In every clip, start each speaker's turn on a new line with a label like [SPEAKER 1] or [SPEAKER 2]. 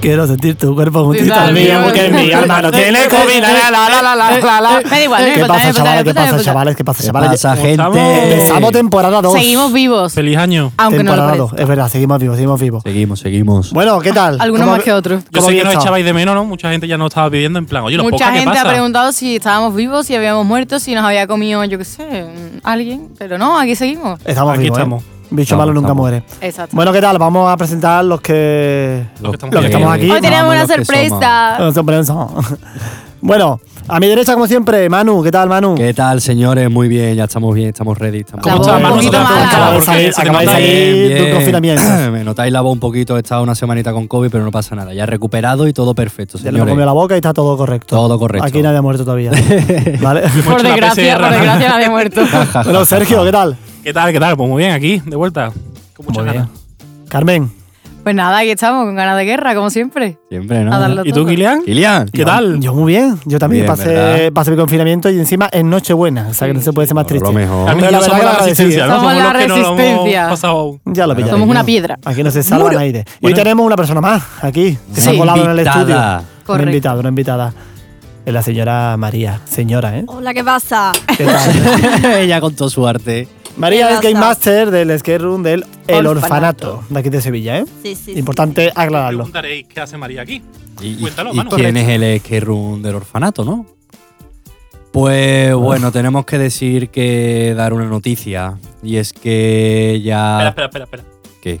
[SPEAKER 1] Quiero sentir tu cuerpo juntito
[SPEAKER 2] Dale,
[SPEAKER 1] al mío,
[SPEAKER 2] dale.
[SPEAKER 1] porque mi alma no tiene COVID. La, eh, la, la, la, la, la, la.
[SPEAKER 2] eh, Me da igual, eh, no
[SPEAKER 1] ¿Qué
[SPEAKER 2] me importa,
[SPEAKER 1] pasa,
[SPEAKER 2] no me importa, no me
[SPEAKER 1] chavales? ¿Qué pasa, chavales?
[SPEAKER 2] importa, no me importa.
[SPEAKER 1] ¿Qué pasa, chavales?
[SPEAKER 3] pasa, gente?
[SPEAKER 1] Empezamos temporada 2.
[SPEAKER 2] Seguimos vivos.
[SPEAKER 4] Feliz año.
[SPEAKER 2] Aunque no lo
[SPEAKER 1] temporada dos.
[SPEAKER 2] parezca.
[SPEAKER 1] Es verdad, seguimos vivos, seguimos vivos.
[SPEAKER 3] Seguimos, seguimos.
[SPEAKER 1] Bueno, ¿qué tal?
[SPEAKER 2] Algunos
[SPEAKER 1] ¿Cómo
[SPEAKER 2] más
[SPEAKER 1] vi-
[SPEAKER 2] que otros.
[SPEAKER 4] Yo
[SPEAKER 1] ¿Cómo
[SPEAKER 4] sé que
[SPEAKER 1] habéis
[SPEAKER 4] nos
[SPEAKER 1] estado?
[SPEAKER 4] echabais de menos, ¿no? Mucha gente ya no estaba viviendo en plan, oye, los
[SPEAKER 2] Mucha
[SPEAKER 4] podcasts, ¿qué
[SPEAKER 2] gente ha
[SPEAKER 4] pasa?
[SPEAKER 2] preguntado si estábamos vivos, si habíamos muerto, si nos había comido, yo qué sé, alguien. Pero no, aquí seguimos.
[SPEAKER 1] Estamos
[SPEAKER 4] Aquí
[SPEAKER 1] vivos, ¿eh?
[SPEAKER 4] estamos.
[SPEAKER 1] Bicho
[SPEAKER 3] Estamos,
[SPEAKER 1] malo nunca
[SPEAKER 3] estamos.
[SPEAKER 1] muere.
[SPEAKER 2] Exacto.
[SPEAKER 1] Bueno, ¿qué tal? Vamos a presentar los que...
[SPEAKER 4] Los que
[SPEAKER 1] los que estamos aquí.
[SPEAKER 2] Hoy tenemos
[SPEAKER 3] Vamos,
[SPEAKER 2] una
[SPEAKER 3] los que
[SPEAKER 2] sorpresa.
[SPEAKER 1] Eh, sorpresa. Bueno, a mi derecha, como siempre, Manu. ¿Qué tal, Manu?
[SPEAKER 3] ¿Qué tal, señores? Muy bien, ya estamos bien, estamos ready. Estamos
[SPEAKER 2] La voz
[SPEAKER 3] bien.
[SPEAKER 2] un
[SPEAKER 4] Manu?
[SPEAKER 2] poquito
[SPEAKER 4] No te
[SPEAKER 2] mala.
[SPEAKER 4] preguntaba
[SPEAKER 1] Acabáis
[SPEAKER 4] por
[SPEAKER 1] de salir-
[SPEAKER 4] qué, si te
[SPEAKER 1] acabáis de
[SPEAKER 4] mandaste-
[SPEAKER 1] salir. de un confinamiento.
[SPEAKER 3] Me notáis la voz un poquito, he estado una semanita con COVID, pero no pasa nada. Ya recuperado y todo perfecto,
[SPEAKER 1] Se le ha
[SPEAKER 3] señores.
[SPEAKER 1] comido la boca y está todo correcto.
[SPEAKER 3] Todo correcto.
[SPEAKER 1] Aquí nadie ha muerto todavía. ¿Vale?
[SPEAKER 2] Por
[SPEAKER 4] Mucho la
[SPEAKER 2] desgracia, por
[SPEAKER 4] PCR.
[SPEAKER 2] desgracia nadie ha muerto.
[SPEAKER 1] bueno, Sergio, ¿qué tal?
[SPEAKER 4] ¿Qué tal, qué tal? Pues muy bien, aquí, de vuelta. Con muchas
[SPEAKER 1] Muy bien.
[SPEAKER 4] ganas.
[SPEAKER 1] Carmen.
[SPEAKER 2] Pues nada, aquí estamos, con ganas de guerra, como siempre.
[SPEAKER 3] Siempre,
[SPEAKER 1] Ah,
[SPEAKER 3] ¿no?
[SPEAKER 2] A darlo
[SPEAKER 4] ¿Y tú,
[SPEAKER 2] todo.
[SPEAKER 4] Kilian?
[SPEAKER 3] Kilian.
[SPEAKER 4] ¿Qué tal?
[SPEAKER 1] Yo muy bien. Yo también
[SPEAKER 3] Bien,
[SPEAKER 1] pasé,
[SPEAKER 3] ¿verdad?
[SPEAKER 1] pasé mi confinamiento y encima en Nochebuena. O sea que no se puede ser más
[SPEAKER 3] Por lo
[SPEAKER 1] triste.
[SPEAKER 3] mejor.
[SPEAKER 4] Carmen y
[SPEAKER 1] Pero la
[SPEAKER 4] yo somos
[SPEAKER 1] verdad
[SPEAKER 4] la
[SPEAKER 1] que
[SPEAKER 4] resistencia, ¿no?
[SPEAKER 2] Somos la
[SPEAKER 4] los que no lo hemos
[SPEAKER 2] resistencia.
[SPEAKER 4] pasado aún.
[SPEAKER 1] Ya lo pillaré.
[SPEAKER 2] Somos una piedra.
[SPEAKER 1] Aquí no se salva
[SPEAKER 2] Muro.
[SPEAKER 1] nadie. Y hoy
[SPEAKER 3] Bueno.
[SPEAKER 1] tenemos una persona más aquí. Que se ha
[SPEAKER 2] Sí.
[SPEAKER 1] colado en el estudio.
[SPEAKER 3] Invitada.
[SPEAKER 1] Una
[SPEAKER 2] Correcto.
[SPEAKER 1] invitada, una invitada. Es la señora María. Señora, ¿eh?
[SPEAKER 5] Hola, ¿qué pasa?
[SPEAKER 1] ¿Qué tal?
[SPEAKER 3] Ella con todo su arte.
[SPEAKER 1] María es
[SPEAKER 5] ¿Qué
[SPEAKER 1] Game
[SPEAKER 5] pasa?
[SPEAKER 1] Master del Skate Room del El
[SPEAKER 2] Orfanato.
[SPEAKER 1] Orfanato, de aquí de Sevilla, ¿eh?
[SPEAKER 5] Sí, sí.
[SPEAKER 1] Importante aclararlo.
[SPEAKER 4] Preguntaréis qué hace María aquí.
[SPEAKER 3] ¿Y, y-
[SPEAKER 4] Cuéntalo,
[SPEAKER 3] y
[SPEAKER 4] Manu.
[SPEAKER 3] quién es el escape room del orfanato, no?
[SPEAKER 1] Ah.
[SPEAKER 3] Pues bueno, tenemos que decir que dar una noticia. Y es que
[SPEAKER 4] Espera,
[SPEAKER 3] ya.
[SPEAKER 4] espera, espera, espera.
[SPEAKER 3] ¿Qué?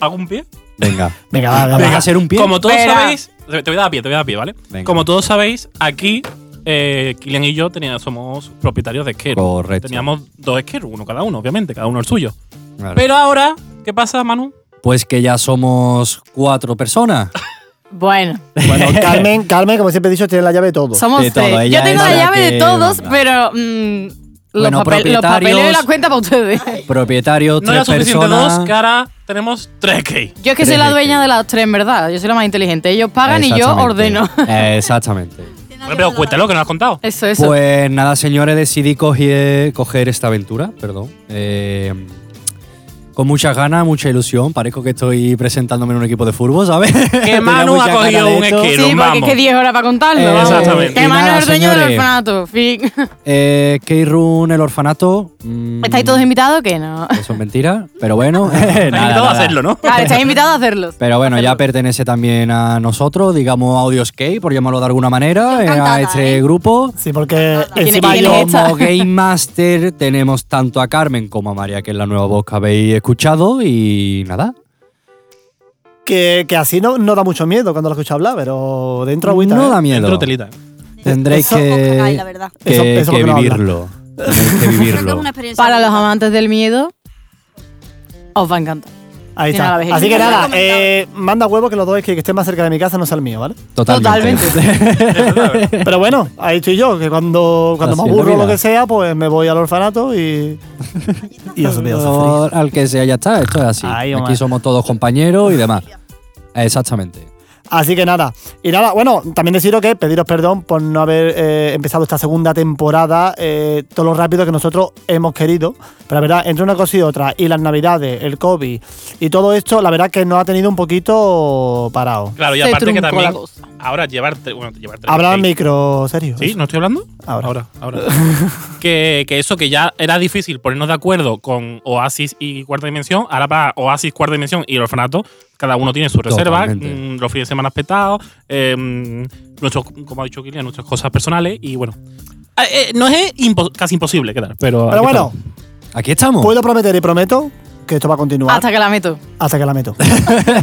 [SPEAKER 4] ¿Hago un pie?
[SPEAKER 3] Venga.
[SPEAKER 1] Venga, va, va,
[SPEAKER 3] ¿Vas
[SPEAKER 1] va.
[SPEAKER 3] a hacer un pie?
[SPEAKER 4] Como todos
[SPEAKER 2] Espera.
[SPEAKER 4] sabéis, te voy a dar pie, te voy a dar pie, ¿vale?
[SPEAKER 3] Venga.
[SPEAKER 4] Como todos sabéis, aquí eh, Kilian y yo teníamos, somos propietarios de Skate. Room.
[SPEAKER 3] Correcto.
[SPEAKER 4] Teníamos dos Skate, Room, uno cada uno, obviamente, cada uno el suyo.
[SPEAKER 3] Claro.
[SPEAKER 4] Pero ahora, ¿qué pasa, Manu?
[SPEAKER 3] Pues que ya somos cuatro personas.
[SPEAKER 2] Bueno,
[SPEAKER 1] Bueno, Carmen, Carmen, como siempre he dicho, tiene la llave Pues de todo.
[SPEAKER 2] somos
[SPEAKER 3] De todo,
[SPEAKER 2] tres.
[SPEAKER 3] ella
[SPEAKER 2] Yo tengo
[SPEAKER 3] es
[SPEAKER 2] la
[SPEAKER 3] la
[SPEAKER 2] llave de
[SPEAKER 3] que
[SPEAKER 2] todos,
[SPEAKER 3] manda.
[SPEAKER 2] pero mm, los,
[SPEAKER 3] Bueno,
[SPEAKER 2] papel- los papeles de
[SPEAKER 3] propietarios-
[SPEAKER 2] la cuenta para ustedes.
[SPEAKER 3] Propietarios,
[SPEAKER 4] No era
[SPEAKER 3] tres
[SPEAKER 4] suficiente
[SPEAKER 3] personas.
[SPEAKER 4] dos, que ahora tenemos tres K.
[SPEAKER 2] Yo es que soy
[SPEAKER 3] Tres
[SPEAKER 2] la
[SPEAKER 3] de
[SPEAKER 2] dueña
[SPEAKER 3] qué.
[SPEAKER 2] de las tres, en verdad. Yo soy la más inteligente. Ellos pagan y yo
[SPEAKER 3] Exactamente. Eh,
[SPEAKER 2] ordeno.
[SPEAKER 1] Eh,
[SPEAKER 3] Exactamente.
[SPEAKER 4] Bueno, pero cuéntalo, que no lo has contado.
[SPEAKER 2] Eso, eso.
[SPEAKER 3] Pues nada, señores, decidí coger, coger esta aventura, perdón. Eh, con muchas ganas, mucha ilusión. Parezco que estoy presentándome en un equipo de fútbol, ¿sabes? Tenía
[SPEAKER 4] Manu
[SPEAKER 3] muchas
[SPEAKER 4] ha cogido
[SPEAKER 3] ganas de
[SPEAKER 4] un
[SPEAKER 3] esto.
[SPEAKER 4] esquí.
[SPEAKER 2] sí,
[SPEAKER 4] nos
[SPEAKER 2] porque
[SPEAKER 4] vamos.
[SPEAKER 2] es que 10 horas para contarlo. vamos.
[SPEAKER 4] Exactamente.
[SPEAKER 2] Que
[SPEAKER 3] Y
[SPEAKER 2] Manu es
[SPEAKER 3] nada,
[SPEAKER 2] el dueño del
[SPEAKER 3] señores.
[SPEAKER 2] orfanato. Fin.
[SPEAKER 3] Eh, K-Run, el orfanato. mm,
[SPEAKER 2] ¿Estáis todos invitados o qué? No.
[SPEAKER 3] Eso es mentira, pero bueno.
[SPEAKER 4] Me
[SPEAKER 3] nada,
[SPEAKER 4] ha invitado a
[SPEAKER 3] nada.
[SPEAKER 4] hacerlo, ¿no?
[SPEAKER 2] Vale, estáis invitados a hacerlos.
[SPEAKER 3] Pero bueno, ya pertenece también a nosotros, digamos Audio Skate, por llamarlo de alguna manera, eh, a
[SPEAKER 5] Encantada,
[SPEAKER 3] este
[SPEAKER 5] ¿eh?
[SPEAKER 3] grupo.
[SPEAKER 1] Sí, porque
[SPEAKER 2] ¿Quién-
[SPEAKER 1] encima
[SPEAKER 2] quién
[SPEAKER 1] yo...
[SPEAKER 2] es esta?
[SPEAKER 3] Como Game Master tenemos tanto a Carmen como a María, que es la nueva voz que habéis escuchado, y nada.
[SPEAKER 1] Que, que así no, no da mucho miedo cuando lo escucho hablar, pero dentro agüita.
[SPEAKER 3] no
[SPEAKER 1] ¿eh?
[SPEAKER 3] da
[SPEAKER 4] Dentro
[SPEAKER 3] miedo.
[SPEAKER 4] telita.
[SPEAKER 3] Tendréis
[SPEAKER 1] Eso-
[SPEAKER 5] Os
[SPEAKER 3] que,
[SPEAKER 5] cagáis, la verdad.
[SPEAKER 3] que-
[SPEAKER 1] Eso- eso
[SPEAKER 3] que
[SPEAKER 1] porque no habla.
[SPEAKER 3] vivirlo. Tendréis que
[SPEAKER 5] Creo que es
[SPEAKER 3] vivirlo.
[SPEAKER 5] una experiencia
[SPEAKER 2] Para los
[SPEAKER 5] única.
[SPEAKER 2] amantes del miedo, os va a encantar.
[SPEAKER 1] Ahí
[SPEAKER 2] Mira,
[SPEAKER 1] está.
[SPEAKER 2] la vejez.
[SPEAKER 1] Así que
[SPEAKER 5] Ya lo he
[SPEAKER 1] nada,
[SPEAKER 5] comentado.
[SPEAKER 1] eh, manda huevos que los dos es que, que estén más cerca de mi casa no sea el mío, ¿vale?
[SPEAKER 3] Totalmente.
[SPEAKER 1] Pero bueno, ahí estoy yo, que cuando, cuando me
[SPEAKER 3] Así es la
[SPEAKER 1] aburro o lo
[SPEAKER 3] vida.
[SPEAKER 1] que sea, pues me voy al orfanato y. y a sufrir, a sufrir.
[SPEAKER 3] Por Al que sea, ya está. Esto es así.
[SPEAKER 1] Ahí, Omar.
[SPEAKER 3] Aquí somos todos compañeros y demás. Exactamente.
[SPEAKER 1] Así que nada. Y nada, bueno, también deciros que pediros perdón por no haber eh, empezado esta segunda temporada eh, todo lo rápido que nosotros hemos querido. Pero la verdad, entre una cosa y otra, y las navidades, el COVID y todo esto, la verdad que nos ha tenido un poquito parado.
[SPEAKER 4] Claro, y
[SPEAKER 2] Se
[SPEAKER 4] aparte que
[SPEAKER 2] truncó la
[SPEAKER 4] también.
[SPEAKER 2] cosa.
[SPEAKER 4] Ahora llevarte. Bueno, llevarte.
[SPEAKER 1] Habla al micro, serio.
[SPEAKER 4] ¿Sí? ¿No estoy hablando?
[SPEAKER 1] Ahora.
[SPEAKER 4] Ahora, ahora. que, que eso que ya era difícil ponernos de acuerdo con Oasis y Cuarta Dimensión, ahora para Oasis, Cuarta Dimensión y el orfanato, cada uno tiene su reserva,
[SPEAKER 3] Totalmente.
[SPEAKER 4] mm, los fines de semana petados, eh, mm, nuestros- como ha dicho Kilian, nuestras cosas personales y bueno. Eh, eh, no es impo- casi imposible quedar, pero.
[SPEAKER 1] Pero
[SPEAKER 4] aquí
[SPEAKER 1] bueno,
[SPEAKER 4] estamos.
[SPEAKER 3] Aquí estamos.
[SPEAKER 1] puedo prometer y prometo que esto va a continuar
[SPEAKER 2] Hasta que la meto.
[SPEAKER 1] hasta que la meto.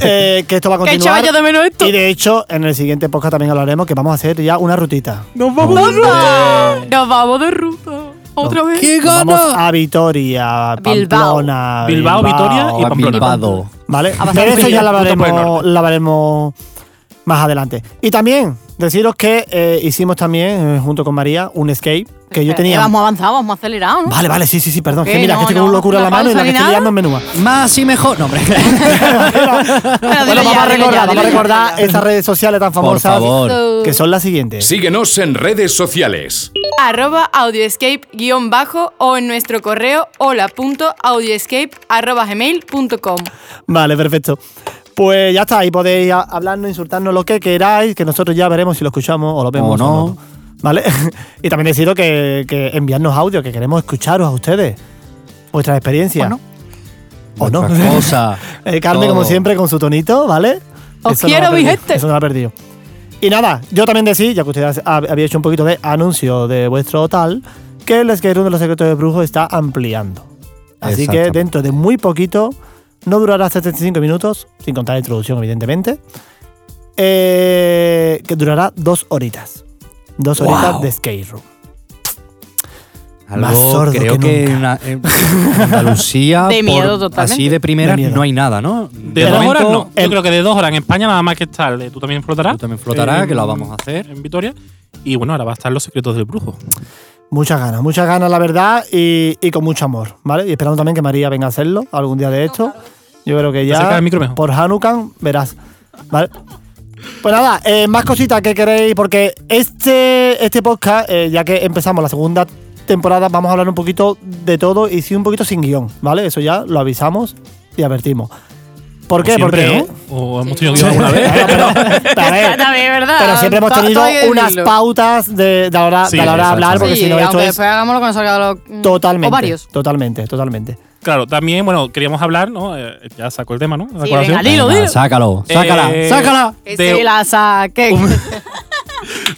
[SPEAKER 1] Eh, que esto va a
[SPEAKER 2] Que echaba
[SPEAKER 1] continuar.
[SPEAKER 2] yo de menos esto.
[SPEAKER 1] Y de hecho, en el siguiente podcast también hablaremos que vamos a hacer ya una rutita.
[SPEAKER 2] Nos vamos de ruta. Nos vamos de ruta. Otra vez.
[SPEAKER 1] Vamos a Vitoria,
[SPEAKER 2] Bilbao.
[SPEAKER 1] Pamplona,
[SPEAKER 4] Bilbao, Vitoria y
[SPEAKER 3] Ah,
[SPEAKER 4] Pamplona.
[SPEAKER 3] Bilbao.
[SPEAKER 1] Vale,
[SPEAKER 2] Pamplona.
[SPEAKER 1] pero eso ya la
[SPEAKER 4] Punto por el
[SPEAKER 1] hablaremos, la hablaremos más adelante. Y también deciros que eh, hicimos también, eh, junto con María, un escape que yo
[SPEAKER 2] Espera,
[SPEAKER 1] tenía.
[SPEAKER 2] Vamos avanzados, vamos acelerados. ¿no?
[SPEAKER 1] Vale, vale, sí, sí, sí, perdón.
[SPEAKER 2] ¿Qué?
[SPEAKER 1] Que mira,
[SPEAKER 2] No,
[SPEAKER 1] que estoy con
[SPEAKER 2] no,
[SPEAKER 1] una locura en
[SPEAKER 2] no
[SPEAKER 1] la mano y
[SPEAKER 2] pausa
[SPEAKER 1] la que
[SPEAKER 2] ni
[SPEAKER 1] estoy
[SPEAKER 2] nada.
[SPEAKER 1] liando en menúa.
[SPEAKER 3] Más y mejor. No, hombre.
[SPEAKER 2] Bueno, dilo
[SPEAKER 1] Bueno,
[SPEAKER 2] ya,
[SPEAKER 1] vamos a
[SPEAKER 2] dilo ya,
[SPEAKER 1] recordar,
[SPEAKER 2] dilo
[SPEAKER 1] vamos a
[SPEAKER 2] ya,
[SPEAKER 1] recordar
[SPEAKER 2] dilo ya.
[SPEAKER 1] esas redes sociales tan
[SPEAKER 3] Por
[SPEAKER 1] famosas
[SPEAKER 3] favor.
[SPEAKER 1] que son las siguientes.
[SPEAKER 6] Síguenos en redes sociales.
[SPEAKER 5] arroba audioescape guión bajo o en nuestro correo hola.audioescape arroba gmail.com.
[SPEAKER 1] Vale, perfecto. Pues ya está, ahí podéis a- hablarnos, insultarnos lo que queráis, que nosotros ya veremos si lo escuchamos o lo vemos.
[SPEAKER 3] no.
[SPEAKER 1] o ¿Vale? y también deciros que, que enviarnos audio, que queremos escucharos a ustedes, vuestras experiencias. O no.
[SPEAKER 3] Otra Cosa.
[SPEAKER 1] Eh, Carmen, como
[SPEAKER 3] Todo.
[SPEAKER 1] siempre, con su tonito, ¿vale?
[SPEAKER 2] Os
[SPEAKER 1] Eso no
[SPEAKER 2] quiero,
[SPEAKER 1] lo ha perdido,
[SPEAKER 2] mi gente.
[SPEAKER 1] Eso no lo ha perdido. Y nada, yo también decía, ya que ustedes ha- había hecho un poquito de anuncio de vuestro tal, que el Escape Room de los Secretos de Brujo está ampliando. Así que
[SPEAKER 3] Exactamente.
[SPEAKER 1] dentro de muy poquito, no durará 75 minutos, sin contar la introducción, evidentemente, eh, que durará dos horitas. Dos
[SPEAKER 3] Wow.
[SPEAKER 1] horitas de Escape Room.
[SPEAKER 3] Algo
[SPEAKER 1] Más sordo
[SPEAKER 3] creo
[SPEAKER 1] que
[SPEAKER 3] que,
[SPEAKER 1] nunca.
[SPEAKER 3] en la- en Andalucía,
[SPEAKER 2] De
[SPEAKER 3] por-
[SPEAKER 2] miedo totalmente.
[SPEAKER 3] así de primera,
[SPEAKER 1] De miedo.
[SPEAKER 3] no hay nada, ¿no?
[SPEAKER 4] De dos horas no. Yo creo que de dos horas en España nada más que está el de Tú también flotarás.
[SPEAKER 3] Tú también flotarás,
[SPEAKER 4] en-
[SPEAKER 3] que lo vamos a hacer.
[SPEAKER 4] En Vitoria. Y bueno, ahora va a estar Los Secretos del Brujo.
[SPEAKER 1] Muchas ganas, muchas ganas, la verdad, y, y con mucho amor, ¿vale? Y esperando también que María venga a hacerlo algún día de esto. Yo creo que
[SPEAKER 4] Acerca
[SPEAKER 1] ya
[SPEAKER 4] del micro mejor.
[SPEAKER 1] por Hanukkah verás, ¿vale? Pues nada, eh, más cositas que queréis, porque este, este podcast, eh, ya que empezamos la segunda temporada, vamos a hablar un poquito de todo y sí un poquito sin guión, ¿vale? Eso ya lo avisamos y advertimos. ¿Por qué?
[SPEAKER 4] Como siempre,
[SPEAKER 1] Porque...
[SPEAKER 4] ¿no? O hemos tenido que ir alguna vez.
[SPEAKER 1] Pero- pero a ver,
[SPEAKER 2] Está bien, ¿verdad?
[SPEAKER 1] pero siempre hemos
[SPEAKER 2] To-
[SPEAKER 1] tenido
[SPEAKER 2] todo hay que
[SPEAKER 1] unas
[SPEAKER 2] decirlo.
[SPEAKER 1] pautas de, de a la hora,
[SPEAKER 4] Sí,
[SPEAKER 1] de a la hora de hablar,
[SPEAKER 3] exactamente.
[SPEAKER 1] porque
[SPEAKER 2] sí,
[SPEAKER 1] si no esto
[SPEAKER 2] aunque
[SPEAKER 1] es
[SPEAKER 2] después hagámoslo cuando salga lo- mm,
[SPEAKER 1] totalmente.
[SPEAKER 2] O varios.
[SPEAKER 1] Totalmente, totalmente.
[SPEAKER 4] Claro, también, bueno, queríamos hablar, ¿no? Eh, ya sacó el tema, ¿no? La
[SPEAKER 2] Sí,
[SPEAKER 4] colación.
[SPEAKER 2] venga, dilo,
[SPEAKER 3] Venga,
[SPEAKER 2] dilo.
[SPEAKER 3] Sácalo, sácala,
[SPEAKER 4] Eh,
[SPEAKER 3] sácala.
[SPEAKER 2] Que
[SPEAKER 4] De-
[SPEAKER 2] se la saque.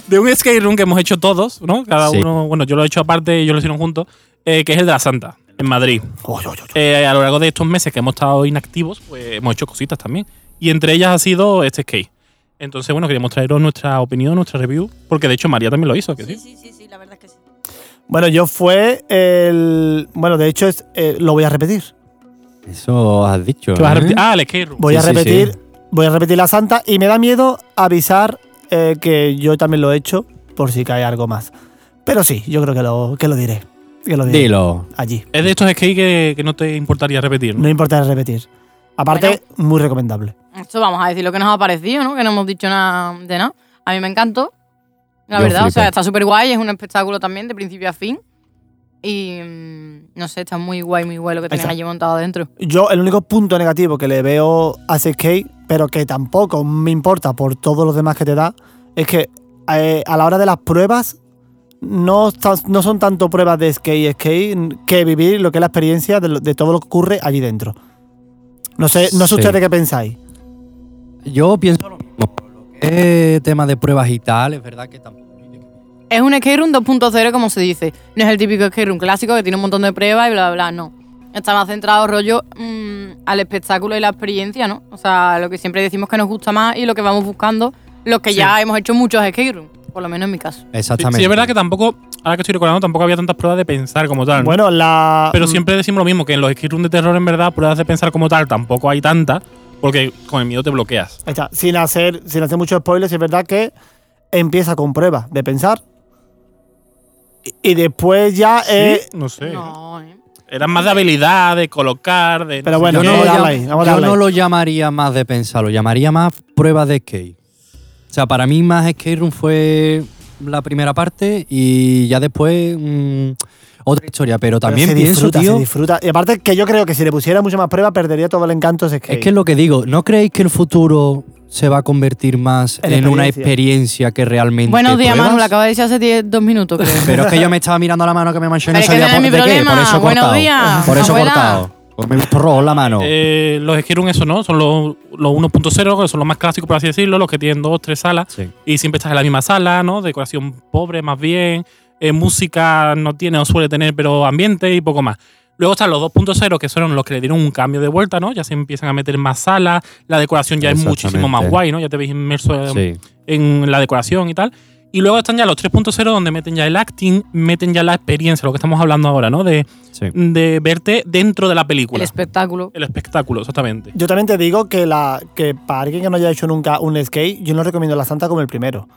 [SPEAKER 4] de un skate room que hemos hecho todos, ¿no? Cada
[SPEAKER 3] Sí.
[SPEAKER 4] uno, bueno, yo lo he hecho aparte y ellos lo hicieron juntos, eh, que es el de la Santa, en Madrid. Eh, a lo largo de estos meses que hemos estado inactivos, pues hemos hecho cositas también. Y entre ellas ha sido este skate. Entonces, bueno, queríamos traeros nuestra opinión, nuestra review, porque de hecho María también lo hizo, que sí.
[SPEAKER 7] sí, sí, sí, la verdad es que sí.
[SPEAKER 1] Bueno, yo fue el. Bueno, de hecho, es, eh, lo voy a repetir.
[SPEAKER 3] Eso has dicho.
[SPEAKER 4] Que vas a
[SPEAKER 3] ¿eh?
[SPEAKER 4] repetir- Ah, el skate room.
[SPEAKER 1] Voy
[SPEAKER 3] Sí,
[SPEAKER 1] a
[SPEAKER 3] sí,
[SPEAKER 1] repetir. Voy a repetir la santa y me da miedo avisar eh, que yo también lo he hecho por si cae algo más. Pero sí, yo creo que lo, que lo diré. Que lo diré.
[SPEAKER 3] Dilo.
[SPEAKER 1] Allí.
[SPEAKER 4] Es de estos skate que, que no te importaría repetir, ¿no?
[SPEAKER 1] No importa repetir. Aparte, muy recomendable.
[SPEAKER 2] Esto vamos a decir lo que nos ha parecido, ¿no? Que no hemos dicho nada de nada. A mí me encantó. La
[SPEAKER 3] Yo
[SPEAKER 2] verdad, o sea,
[SPEAKER 3] flipé.
[SPEAKER 2] está súper guay, es un espectáculo también de principio a fin. Y mm, no sé, está muy guay, muy guay lo que tenéis
[SPEAKER 1] está.
[SPEAKER 2] allí montado adentro.
[SPEAKER 1] Yo, el único punto negativo que le veo a Skate, pero que tampoco me importa por todos los demás que te da, es que eh, a la hora de las pruebas no, tan- no son tanto pruebas de skate skate que vivir lo que es la experiencia de, lo- de todo lo que ocurre allí dentro. No sé, no sé
[SPEAKER 3] Sí.
[SPEAKER 1] ustedes qué pensáis.
[SPEAKER 3] Yo pienso lo mismo. Lo que es tema de pruebas y tal, es verdad que tampoco.
[SPEAKER 2] Es un skate room 2.0, como se dice. No es el típico skate room clásico que tiene un montón de pruebas y bla, bla, bla, no. Está más centrado rollo mm, al espectáculo y la experiencia, ¿no? O sea, lo que siempre decimos que nos gusta más y lo que vamos buscando, los que
[SPEAKER 4] Sí.
[SPEAKER 2] ya hemos hecho muchos skate rooms, por lo menos en mi caso.
[SPEAKER 4] Sí,
[SPEAKER 3] Exactamente.
[SPEAKER 4] sí, es verdad que tampoco, ahora que estoy recordando, tampoco había tantas pruebas de pensar como tal. ¿no?
[SPEAKER 1] Bueno, mm. la.
[SPEAKER 4] Pero siempre decimos lo mismo, que en los skate rooms de terror, en verdad, pruebas de pensar como tal tampoco hay tantas, porque con el miedo te bloqueas.
[SPEAKER 1] Ahí está. Sin hacer, sin hacer muchos spoilers, es verdad que empieza con pruebas de pensar. y- Y después ya. eh,
[SPEAKER 4] Sí, no sé.
[SPEAKER 2] No, ¿eh?
[SPEAKER 4] Era más de habilidad, de colocar, de.
[SPEAKER 1] Pero
[SPEAKER 4] no sé
[SPEAKER 1] bueno,
[SPEAKER 3] yo,
[SPEAKER 4] qué.
[SPEAKER 3] no
[SPEAKER 1] vamos
[SPEAKER 3] lo,
[SPEAKER 1] a darle
[SPEAKER 3] llam-
[SPEAKER 1] ahí, vamos a
[SPEAKER 3] yo
[SPEAKER 1] darle
[SPEAKER 3] no
[SPEAKER 1] ahí.
[SPEAKER 3] lo llamaría más de pensar, lo llamaría más pruebas de skate. O sea, para mí más skate room fue la primera parte y ya después mm, otra historia.
[SPEAKER 1] Pero
[SPEAKER 3] Pero también
[SPEAKER 1] se
[SPEAKER 3] pienso,
[SPEAKER 1] disfruta,
[SPEAKER 3] tío,
[SPEAKER 1] Se disfruta. Y aparte que yo creo que si le pusiera mucho más prueba perdería todo el encanto. de skate.
[SPEAKER 3] es que es lo que digo, ¿no creéis que el futuro se va a convertir más en,
[SPEAKER 1] En
[SPEAKER 3] una
[SPEAKER 1] experiencia.
[SPEAKER 3] experiencia que realmente
[SPEAKER 2] Buenos días,
[SPEAKER 3] pruebas?
[SPEAKER 2] Manu. Lo acabo de decir hace 10, dos minutos. creo.
[SPEAKER 3] Pero es que yo me estaba mirando la mano que me manché y no
[SPEAKER 2] Pero es que
[SPEAKER 3] sabía
[SPEAKER 2] ese
[SPEAKER 3] por,
[SPEAKER 2] no es mi
[SPEAKER 3] de qué, por
[SPEAKER 2] problema.
[SPEAKER 3] eso he
[SPEAKER 2] Buenos
[SPEAKER 3] cortado.
[SPEAKER 2] días,
[SPEAKER 3] por eso he
[SPEAKER 2] abuela.
[SPEAKER 3] cortado. Pues me he visto rojo en la mano.
[SPEAKER 4] Eh, los skate rooms, eso no, son los, los 1.0, que son los más clásicos, por así decirlo, los que tienen dos, tres salas,
[SPEAKER 3] Sí.
[SPEAKER 4] y siempre estás en la misma sala, ¿no? Decoración pobre, más bien, eh, música no tiene o suele tener, pero ambiente y poco más. Luego están los 2.0, que son los que le dieron un cambio de vuelta, ¿no? Ya se empiezan a meter más salas, la decoración ya es muchísimo más
[SPEAKER 3] Exactamente.
[SPEAKER 4] eh, guay, ¿no? Ya te ves inmerso en-
[SPEAKER 3] Sí.
[SPEAKER 4] en la decoración y tal. Y luego están ya los 3.0 donde meten ya el acting, meten ya la experiencia, lo que estamos hablando ahora, ¿no? De,
[SPEAKER 3] Sí.
[SPEAKER 4] de verte dentro de la película.
[SPEAKER 2] El espectáculo.
[SPEAKER 4] El espectáculo, exactamente.
[SPEAKER 1] Yo también te digo que, la, que para alguien que no haya hecho nunca un skate, yo no recomiendo la Santa como el primero.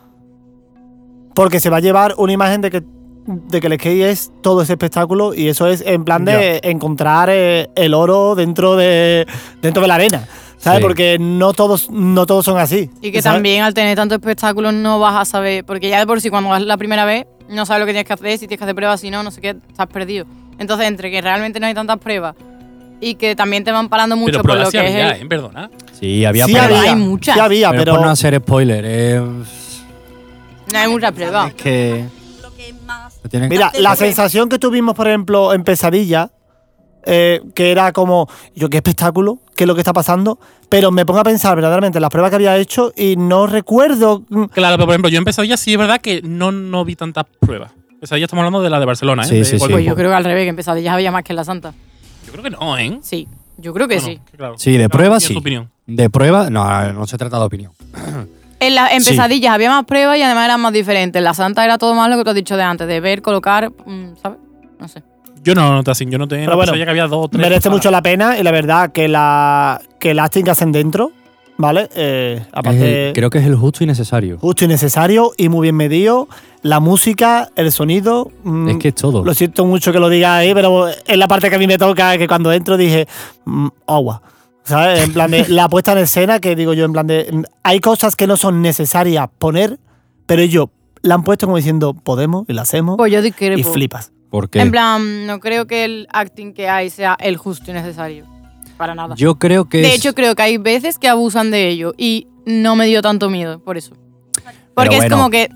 [SPEAKER 1] Porque se va a llevar una imagen de que, de que el skate es todo ese espectáculo y eso es en plan de encontrar eh, el oro dentro de, dentro de la arena. ¿Sabes?
[SPEAKER 3] Sí.
[SPEAKER 1] Porque no todos, no todos son así.
[SPEAKER 2] Y que
[SPEAKER 1] ¿sabes?
[SPEAKER 2] también al tener tantos espectáculos no vas a saber, porque ya de por sí cuando vas la primera vez no sabes lo que tienes que hacer, si tienes que hacer pruebas, si no, no sé qué, estás perdido. Entonces, entre que realmente no hay tantas pruebas y que también te van parando mucho
[SPEAKER 4] Pero
[SPEAKER 2] por
[SPEAKER 4] pruebas
[SPEAKER 2] lo
[SPEAKER 4] sí
[SPEAKER 2] que es
[SPEAKER 4] había,
[SPEAKER 2] el-
[SPEAKER 4] ¿eh? Perdona.
[SPEAKER 3] Sí, había
[SPEAKER 1] sí
[SPEAKER 3] pruebas.
[SPEAKER 1] había,
[SPEAKER 2] Hay muchas.
[SPEAKER 1] Sí había,
[SPEAKER 3] pero,
[SPEAKER 1] pero.
[SPEAKER 3] por no hacer spoiler, eh,
[SPEAKER 2] No hay muchas pruebas.
[SPEAKER 3] es que se tienen-
[SPEAKER 1] Mira, la sensación que tuvimos, por ejemplo, en Pesadilla, eh, que era como, yo qué espectáculo, qué es lo que está pasando, pero me pongo a pensar verdaderamente en las pruebas que había hecho y no recuerdo. mm,
[SPEAKER 4] Claro, pero por ejemplo, yo en Pesadilla sí es verdad que no, no vi tantas pruebas. Pesadilla estamos hablando de la de Barcelona, ¿eh?
[SPEAKER 3] Sí,
[SPEAKER 4] De
[SPEAKER 3] sí, sí.
[SPEAKER 4] golpe.
[SPEAKER 2] Pues yo creo que al revés, que en pesadillas había más que en la santa.
[SPEAKER 4] Yo creo que no, ¿eh?
[SPEAKER 2] Sí, yo creo que
[SPEAKER 4] Bueno,
[SPEAKER 2] sí.
[SPEAKER 4] claro.
[SPEAKER 3] Sí, de
[SPEAKER 4] Cada
[SPEAKER 3] prueba
[SPEAKER 4] uno tiene
[SPEAKER 3] sí.
[SPEAKER 4] su opinión.
[SPEAKER 3] De prueba, no, no se trata de opinión.
[SPEAKER 2] En, la, en
[SPEAKER 3] Sí.
[SPEAKER 2] pesadillas había más pruebas y además eran más diferentes. En la santa era todo más lo que tú has dicho de antes, de ver, colocar, mm, ¿sabes? No sé.
[SPEAKER 4] Yo no, no, Tassin, yo no tenía
[SPEAKER 1] Pero bueno,
[SPEAKER 4] que había dos o tres.
[SPEAKER 1] merece
[SPEAKER 4] para-
[SPEAKER 1] mucho la pena y la verdad que la que el acting que hacen dentro, ¿vale? Eh, aparte,
[SPEAKER 3] Es el- creo que es el justo y necesario.
[SPEAKER 1] justo y necesario y muy bien medido. La música, el sonido. mm,
[SPEAKER 3] Es que es todo.
[SPEAKER 1] Lo siento mucho que lo diga ahí, pero es la parte que a mí me toca, que cuando entro dije, mm, agua. ¿Sabes? En plan de la puesta en escena, que digo yo, en plan de. mm, Hay cosas que no son necesarias poner, pero ellos la han puesto como diciendo, podemos y la hacemos.
[SPEAKER 2] Pues yo
[SPEAKER 1] y
[SPEAKER 2] discrepo.
[SPEAKER 1] flipas.
[SPEAKER 3] Porque
[SPEAKER 2] En plan, no creo que el acting que hay sea el justo y necesario. Para nada.
[SPEAKER 3] yo creo que
[SPEAKER 2] de
[SPEAKER 3] es-
[SPEAKER 2] hecho, creo que hay veces que abusan de ello y no me dio tanto miedo por eso. Porque es
[SPEAKER 3] bueno.
[SPEAKER 2] como que.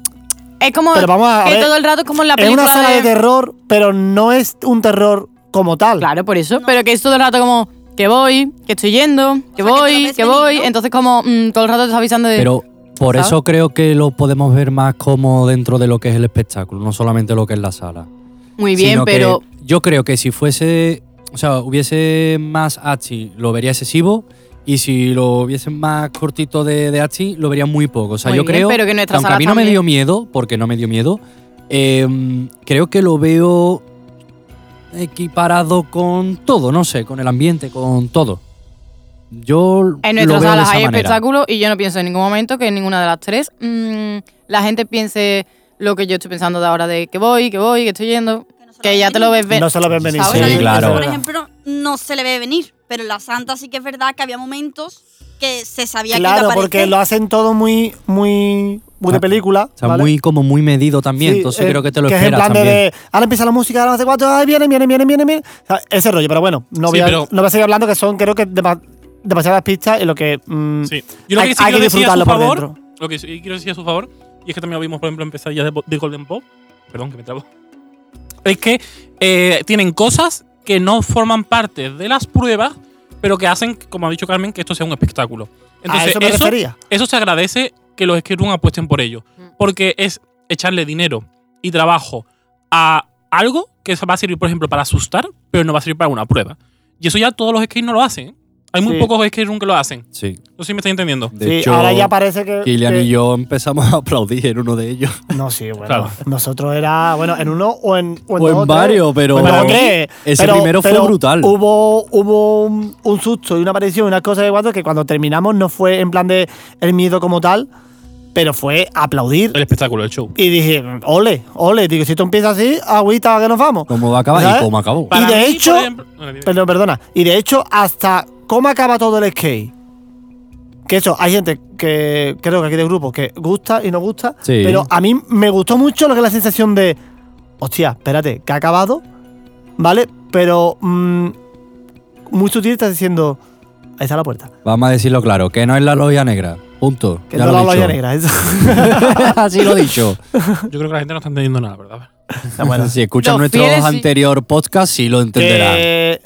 [SPEAKER 2] Es como
[SPEAKER 1] Pero vamos a
[SPEAKER 2] pues, que
[SPEAKER 1] ver,
[SPEAKER 2] todo el rato es como en la
[SPEAKER 1] Es
[SPEAKER 2] película.
[SPEAKER 1] una sala de
[SPEAKER 2] de-
[SPEAKER 1] terror, pero no es un terror como tal.
[SPEAKER 2] Claro, por eso. Pero que es todo el rato como que voy, que estoy yendo, que
[SPEAKER 7] O sea, que te lo
[SPEAKER 2] voy, que,
[SPEAKER 7] ves venir,
[SPEAKER 2] voy.
[SPEAKER 7] ¿no?
[SPEAKER 2] Entonces, como mm, todo el rato te está avisando de.
[SPEAKER 3] pero por
[SPEAKER 2] ¿sabes?
[SPEAKER 3] eso creo que lo podemos ver más como dentro de lo que es el espectáculo, no solamente lo que es la sala.
[SPEAKER 2] Muy bien,
[SPEAKER 3] Sino que
[SPEAKER 2] pero.
[SPEAKER 3] yo creo que si fuese, o sea, hubiese más acting, lo vería excesivo. Y si lo hubiese más cortito de, de acting, lo vería muy poco. O sea,
[SPEAKER 2] Muy
[SPEAKER 3] yo
[SPEAKER 2] bien,
[SPEAKER 3] creo
[SPEAKER 2] pero que nuestra
[SPEAKER 3] aunque
[SPEAKER 2] sala
[SPEAKER 3] a mí no me
[SPEAKER 2] también-
[SPEAKER 3] dio miedo, porque no me dio miedo, eh, creo que lo veo equiparado con todo, no sé, con el ambiente, con todo. Yo
[SPEAKER 2] En
[SPEAKER 3] lo veo
[SPEAKER 2] nuestras
[SPEAKER 3] de
[SPEAKER 2] salas
[SPEAKER 3] esa
[SPEAKER 2] hay
[SPEAKER 3] manera.
[SPEAKER 2] espectáculos y yo no pienso en ningún momento que en ninguna de las tres mm, la gente piense lo que yo estoy pensando de ahora de que voy, que voy, que estoy yendo, que ya te lo ves ver.
[SPEAKER 1] No se lo ven venir.
[SPEAKER 2] Sí,
[SPEAKER 7] O sea, en el
[SPEAKER 3] claro.
[SPEAKER 7] caso, por ejemplo, no se le ve venir, pero en la Santa sí que es verdad que había momentos que se sabía que
[SPEAKER 1] Claro,
[SPEAKER 7] iba a
[SPEAKER 1] porque
[SPEAKER 7] aparecer.
[SPEAKER 1] lo hacen todo muy, muy, muy de
[SPEAKER 3] Ah,
[SPEAKER 1] película.
[SPEAKER 3] O sea,
[SPEAKER 1] ¿vale?
[SPEAKER 3] muy como muy medido también,
[SPEAKER 1] Sí,
[SPEAKER 3] entonces
[SPEAKER 1] eh,
[SPEAKER 3] creo que te lo
[SPEAKER 1] es en
[SPEAKER 3] esperas
[SPEAKER 1] plan de-
[SPEAKER 3] también.
[SPEAKER 1] de, ahora empieza la música, ahora hace cuatro, ay, viene, viene, viene, viene, viene. O sea, ese rollo, pero bueno, no,
[SPEAKER 4] Sí,
[SPEAKER 1] voy a,
[SPEAKER 4] pero-
[SPEAKER 1] no voy a seguir hablando que son, creo que dema- demasiadas pistas y lo que. mm,
[SPEAKER 4] Sí. Yo lo
[SPEAKER 1] Hay-
[SPEAKER 4] que sí
[SPEAKER 1] hay
[SPEAKER 4] quiero
[SPEAKER 1] que
[SPEAKER 4] decir a su
[SPEAKER 1] disfrutarlo por
[SPEAKER 4] favor.
[SPEAKER 1] dentro.
[SPEAKER 4] Lo que sí quiero decir a su favor, y es que también lo vimos, por ejemplo, en Pesadilla de, Bo- de Golden Pop. Perdón, que me trabo. Es que eh, tienen cosas que no forman parte de las pruebas, pero que hacen, como ha dicho Carmen, que esto sea un espectáculo.
[SPEAKER 1] a eso me refería.
[SPEAKER 4] Eso se agradece que los skate room apuesten por ello. Porque es echarle dinero y trabajo a algo que se va a servir, por ejemplo, para asustar, pero no va a servir para una prueba. Y eso ya todos los skate no lo hacen. ¿eh? Hay muy
[SPEAKER 1] Sí.
[SPEAKER 4] pocos skate room que lo hacen.
[SPEAKER 3] Sí.
[SPEAKER 4] No sé si me estáis entendiendo.
[SPEAKER 3] De
[SPEAKER 1] sí,
[SPEAKER 3] hecho,
[SPEAKER 1] ahora ya eh, parece que.
[SPEAKER 3] Kilian
[SPEAKER 1] que-
[SPEAKER 3] y yo empezamos a aplaudir en uno de ellos.
[SPEAKER 1] No, sí, bueno.
[SPEAKER 4] Claro.
[SPEAKER 1] Nosotros era, bueno, en uno o en, o en,
[SPEAKER 3] O
[SPEAKER 1] Pues dos
[SPEAKER 3] en
[SPEAKER 1] tres.
[SPEAKER 3] varios, pero
[SPEAKER 1] Bueno, no tres.
[SPEAKER 3] ese
[SPEAKER 1] Pues, Pero-
[SPEAKER 3] primero fue
[SPEAKER 1] pero
[SPEAKER 3] brutal.
[SPEAKER 1] Hubo, hubo un, un susto y una aparición y unas cosas de cuatro que cuando terminamos no fue en plan de el miedo como tal, pero fue aplaudir.
[SPEAKER 4] El espectáculo, el show.
[SPEAKER 1] Y dije, ole, ole. Digo, si esto empieza así, agüita que nos vamos.
[SPEAKER 3] ¿Cómo va a acabar?
[SPEAKER 1] ¿Sabes?
[SPEAKER 3] ¿Y cómo acabó?
[SPEAKER 1] Pa- de
[SPEAKER 4] por
[SPEAKER 1] hecho-
[SPEAKER 4] ejemplo- Bueno, dime.
[SPEAKER 1] Perdón, perdona. Y de hecho, hasta cómo acaba todo el skate. Que eso, hay gente que creo que aquí de grupo que gusta y no gusta.
[SPEAKER 3] Sí.
[SPEAKER 1] Pero a mí me gustó mucho lo que es la sensación de. Hostia, espérate, que ha acabado. ¿Vale? Pero. mm, muy sutil estás diciendo. Ahí está la puerta.
[SPEAKER 3] Vamos a decirlo claro, que no es la loya negra. Punto.
[SPEAKER 1] Que
[SPEAKER 3] ya
[SPEAKER 1] no la
[SPEAKER 3] lo he
[SPEAKER 1] olla
[SPEAKER 3] dicho.
[SPEAKER 1] negra. Eso.
[SPEAKER 3] Así lo he dicho.
[SPEAKER 4] Yo creo que la gente no está entendiendo nada, ¿verdad?
[SPEAKER 3] si escuchan
[SPEAKER 2] Los
[SPEAKER 3] nuestro
[SPEAKER 2] fieles sí.
[SPEAKER 3] anterior podcast, sí lo entenderán.
[SPEAKER 1] que,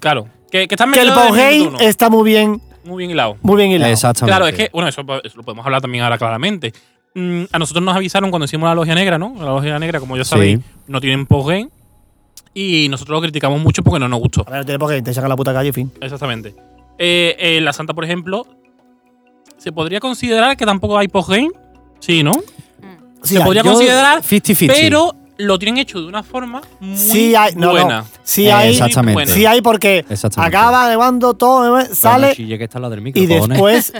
[SPEAKER 4] Claro. Que, que están
[SPEAKER 1] que el
[SPEAKER 4] metidos en
[SPEAKER 1] Paugei
[SPEAKER 4] minuto uno.
[SPEAKER 1] está muy bien.
[SPEAKER 4] Muy bien hilado.
[SPEAKER 1] Muy bien hilado.
[SPEAKER 3] Eh, Exactamente.
[SPEAKER 4] Claro, es que, bueno, eso, eso lo podemos hablar también ahora claramente. Mm, a nosotros nos avisaron cuando hicimos la logia negra, ¿no? La logia negra, como ya
[SPEAKER 3] Sí.
[SPEAKER 4] sabéis, no tienen postgame. Y nosotros lo criticamos mucho porque no nos gustó.
[SPEAKER 1] A ver, tiene porque te echan a la puta calle, en fin.
[SPEAKER 4] Exactamente. Eh, eh, la Santa, por ejemplo, se podría considerar que tampoco hay postgame. Sí, ¿no?
[SPEAKER 1] Sí
[SPEAKER 4] se
[SPEAKER 1] hay,
[SPEAKER 4] podría
[SPEAKER 1] yo-
[SPEAKER 4] considerar,
[SPEAKER 3] 50-50.
[SPEAKER 4] pero lo tienen hecho de una forma muy
[SPEAKER 1] Sí hay, no,
[SPEAKER 4] buena.
[SPEAKER 1] no. Sí
[SPEAKER 3] Eh,
[SPEAKER 1] hay,
[SPEAKER 3] exactamente.
[SPEAKER 4] buena.
[SPEAKER 1] sí hay porque
[SPEAKER 3] Exactamente.
[SPEAKER 1] acaba llevando todo, eh, sale
[SPEAKER 3] Bueno, que está la del micro,
[SPEAKER 1] y
[SPEAKER 3] cojones.
[SPEAKER 1] después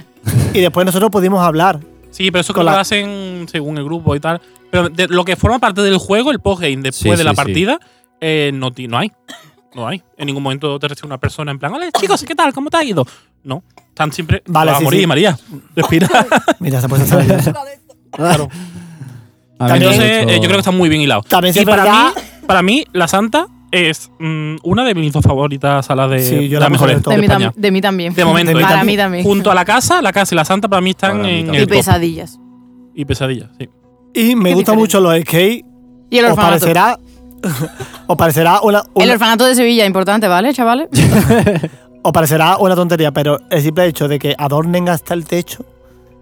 [SPEAKER 1] y después nosotros pudimos hablar.
[SPEAKER 4] Sí, pero eso
[SPEAKER 1] Con
[SPEAKER 4] creo que
[SPEAKER 1] la-
[SPEAKER 4] lo hacen según el grupo y tal. Pero de lo que forma parte del juego, el postgame después
[SPEAKER 3] Sí,
[SPEAKER 4] de
[SPEAKER 3] sí,
[SPEAKER 4] la
[SPEAKER 3] sí.
[SPEAKER 4] partida, eh, no, ti- no hay. No hay. En ningún momento te recibe una persona en plan, hola chicos, ¿qué tal? ¿Cómo te ha ido? No. Están siempre.
[SPEAKER 1] Vale,
[SPEAKER 4] Vas a
[SPEAKER 1] sí,
[SPEAKER 4] morir,
[SPEAKER 1] sí.
[SPEAKER 4] María. Respira.
[SPEAKER 1] Mira, se puede hacer eso.
[SPEAKER 3] A ver,
[SPEAKER 1] También-
[SPEAKER 4] Entonces,
[SPEAKER 3] de hecho-
[SPEAKER 4] eh, yo creo que está muy bien hilado.
[SPEAKER 1] También sí
[SPEAKER 4] y
[SPEAKER 1] es
[SPEAKER 4] para
[SPEAKER 1] verdad-
[SPEAKER 4] mí, para mí, La Santa es mm, una de mis dos favoritas salas de
[SPEAKER 1] Sí, yo
[SPEAKER 4] de
[SPEAKER 1] la
[SPEAKER 4] las
[SPEAKER 1] mejor de
[SPEAKER 4] mejores
[SPEAKER 1] todas.
[SPEAKER 4] de
[SPEAKER 2] De mí,
[SPEAKER 4] España.
[SPEAKER 2] tam- de mí también.
[SPEAKER 4] De momento, ¿eh?
[SPEAKER 2] Para mí también.
[SPEAKER 4] Junto a la casa, la casa y la santa para mí están
[SPEAKER 3] Para mí
[SPEAKER 4] en
[SPEAKER 3] también.
[SPEAKER 2] y
[SPEAKER 4] el top.
[SPEAKER 2] pesadillas.
[SPEAKER 4] Y pesadillas, sí.
[SPEAKER 1] Y me
[SPEAKER 2] Qué
[SPEAKER 1] gustan
[SPEAKER 2] diferente.
[SPEAKER 1] mucho los skate.
[SPEAKER 2] Y el
[SPEAKER 1] Os
[SPEAKER 2] orfanato.
[SPEAKER 1] parecerá os parecerá una,
[SPEAKER 2] El
[SPEAKER 1] una-
[SPEAKER 2] orfanato de Sevilla, importante, ¿vale, chavales?
[SPEAKER 1] os parecerá una tontería, pero el simple hecho de que adornen hasta el techo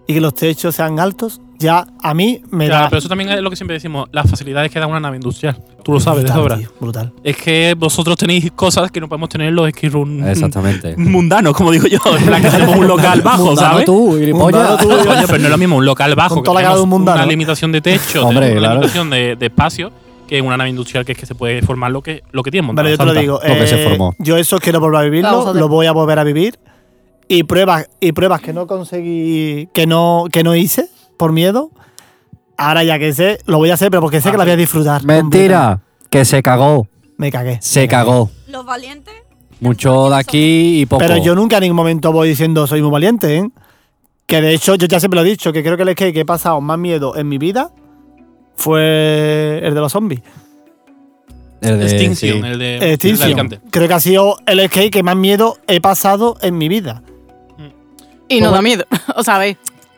[SPEAKER 1] y que los techos sean altos ya a mí me
[SPEAKER 4] Claro,
[SPEAKER 1] da
[SPEAKER 4] pero eso también es lo que siempre decimos, las facilidades que da una nave industrial. Tú lo sabes de
[SPEAKER 1] brutal,
[SPEAKER 4] sobra.
[SPEAKER 1] tío, brutal.
[SPEAKER 4] Es que vosotros tenéis cosas que no podemos tener en los skate room
[SPEAKER 3] Exactamente.
[SPEAKER 4] mundanos, como digo yo. En plan que tenemos un local bajo,
[SPEAKER 3] Mundano
[SPEAKER 4] ¿sabes?
[SPEAKER 3] tú, gilipollas.
[SPEAKER 1] Mundano tú.
[SPEAKER 4] Coño, pero no es lo mismo un local bajo
[SPEAKER 1] Con
[SPEAKER 4] que
[SPEAKER 1] toda la cara de un
[SPEAKER 4] tenemos
[SPEAKER 1] mundano.
[SPEAKER 4] una limitación de techo,
[SPEAKER 3] Hombre,
[SPEAKER 4] tenemos una
[SPEAKER 3] claro.
[SPEAKER 4] limitación de, de espacio que en una nave industrial que es que se puede formar lo que lo que tiene montado.
[SPEAKER 1] Pero yo te lo
[SPEAKER 4] Santa.
[SPEAKER 1] digo,
[SPEAKER 3] lo que se
[SPEAKER 1] eh,
[SPEAKER 3] formó.
[SPEAKER 1] yo eso quiero volver a
[SPEAKER 2] Vamos
[SPEAKER 1] vivirlo,
[SPEAKER 2] a hacer.
[SPEAKER 1] lo voy a volver a vivir. Y pruebas, y pruebas que no conseguí, que no, que no hice por miedo. Ahora ya que sé, lo voy a hacer, pero porque sé que la voy a disfrutar.
[SPEAKER 3] Mentira, que se cagó.
[SPEAKER 1] completa. Me cagué.
[SPEAKER 3] Se cagó.
[SPEAKER 7] Los valientes.
[SPEAKER 3] Mucho de aquí y poco.
[SPEAKER 1] Pero yo nunca en ningún momento voy diciendo soy muy valiente, ¿eh? Que de hecho, yo ya siempre lo he dicho, que creo que el skate que he pasado más miedo en mi vida fue el de los zombies.
[SPEAKER 3] El de-
[SPEAKER 4] Extinction,
[SPEAKER 3] sí.
[SPEAKER 4] el de el de
[SPEAKER 1] Extinction.
[SPEAKER 4] Alicante.
[SPEAKER 1] Creo que ha sido el skate que más miedo he pasado en mi vida.
[SPEAKER 2] Y no da miedo, o sabéis.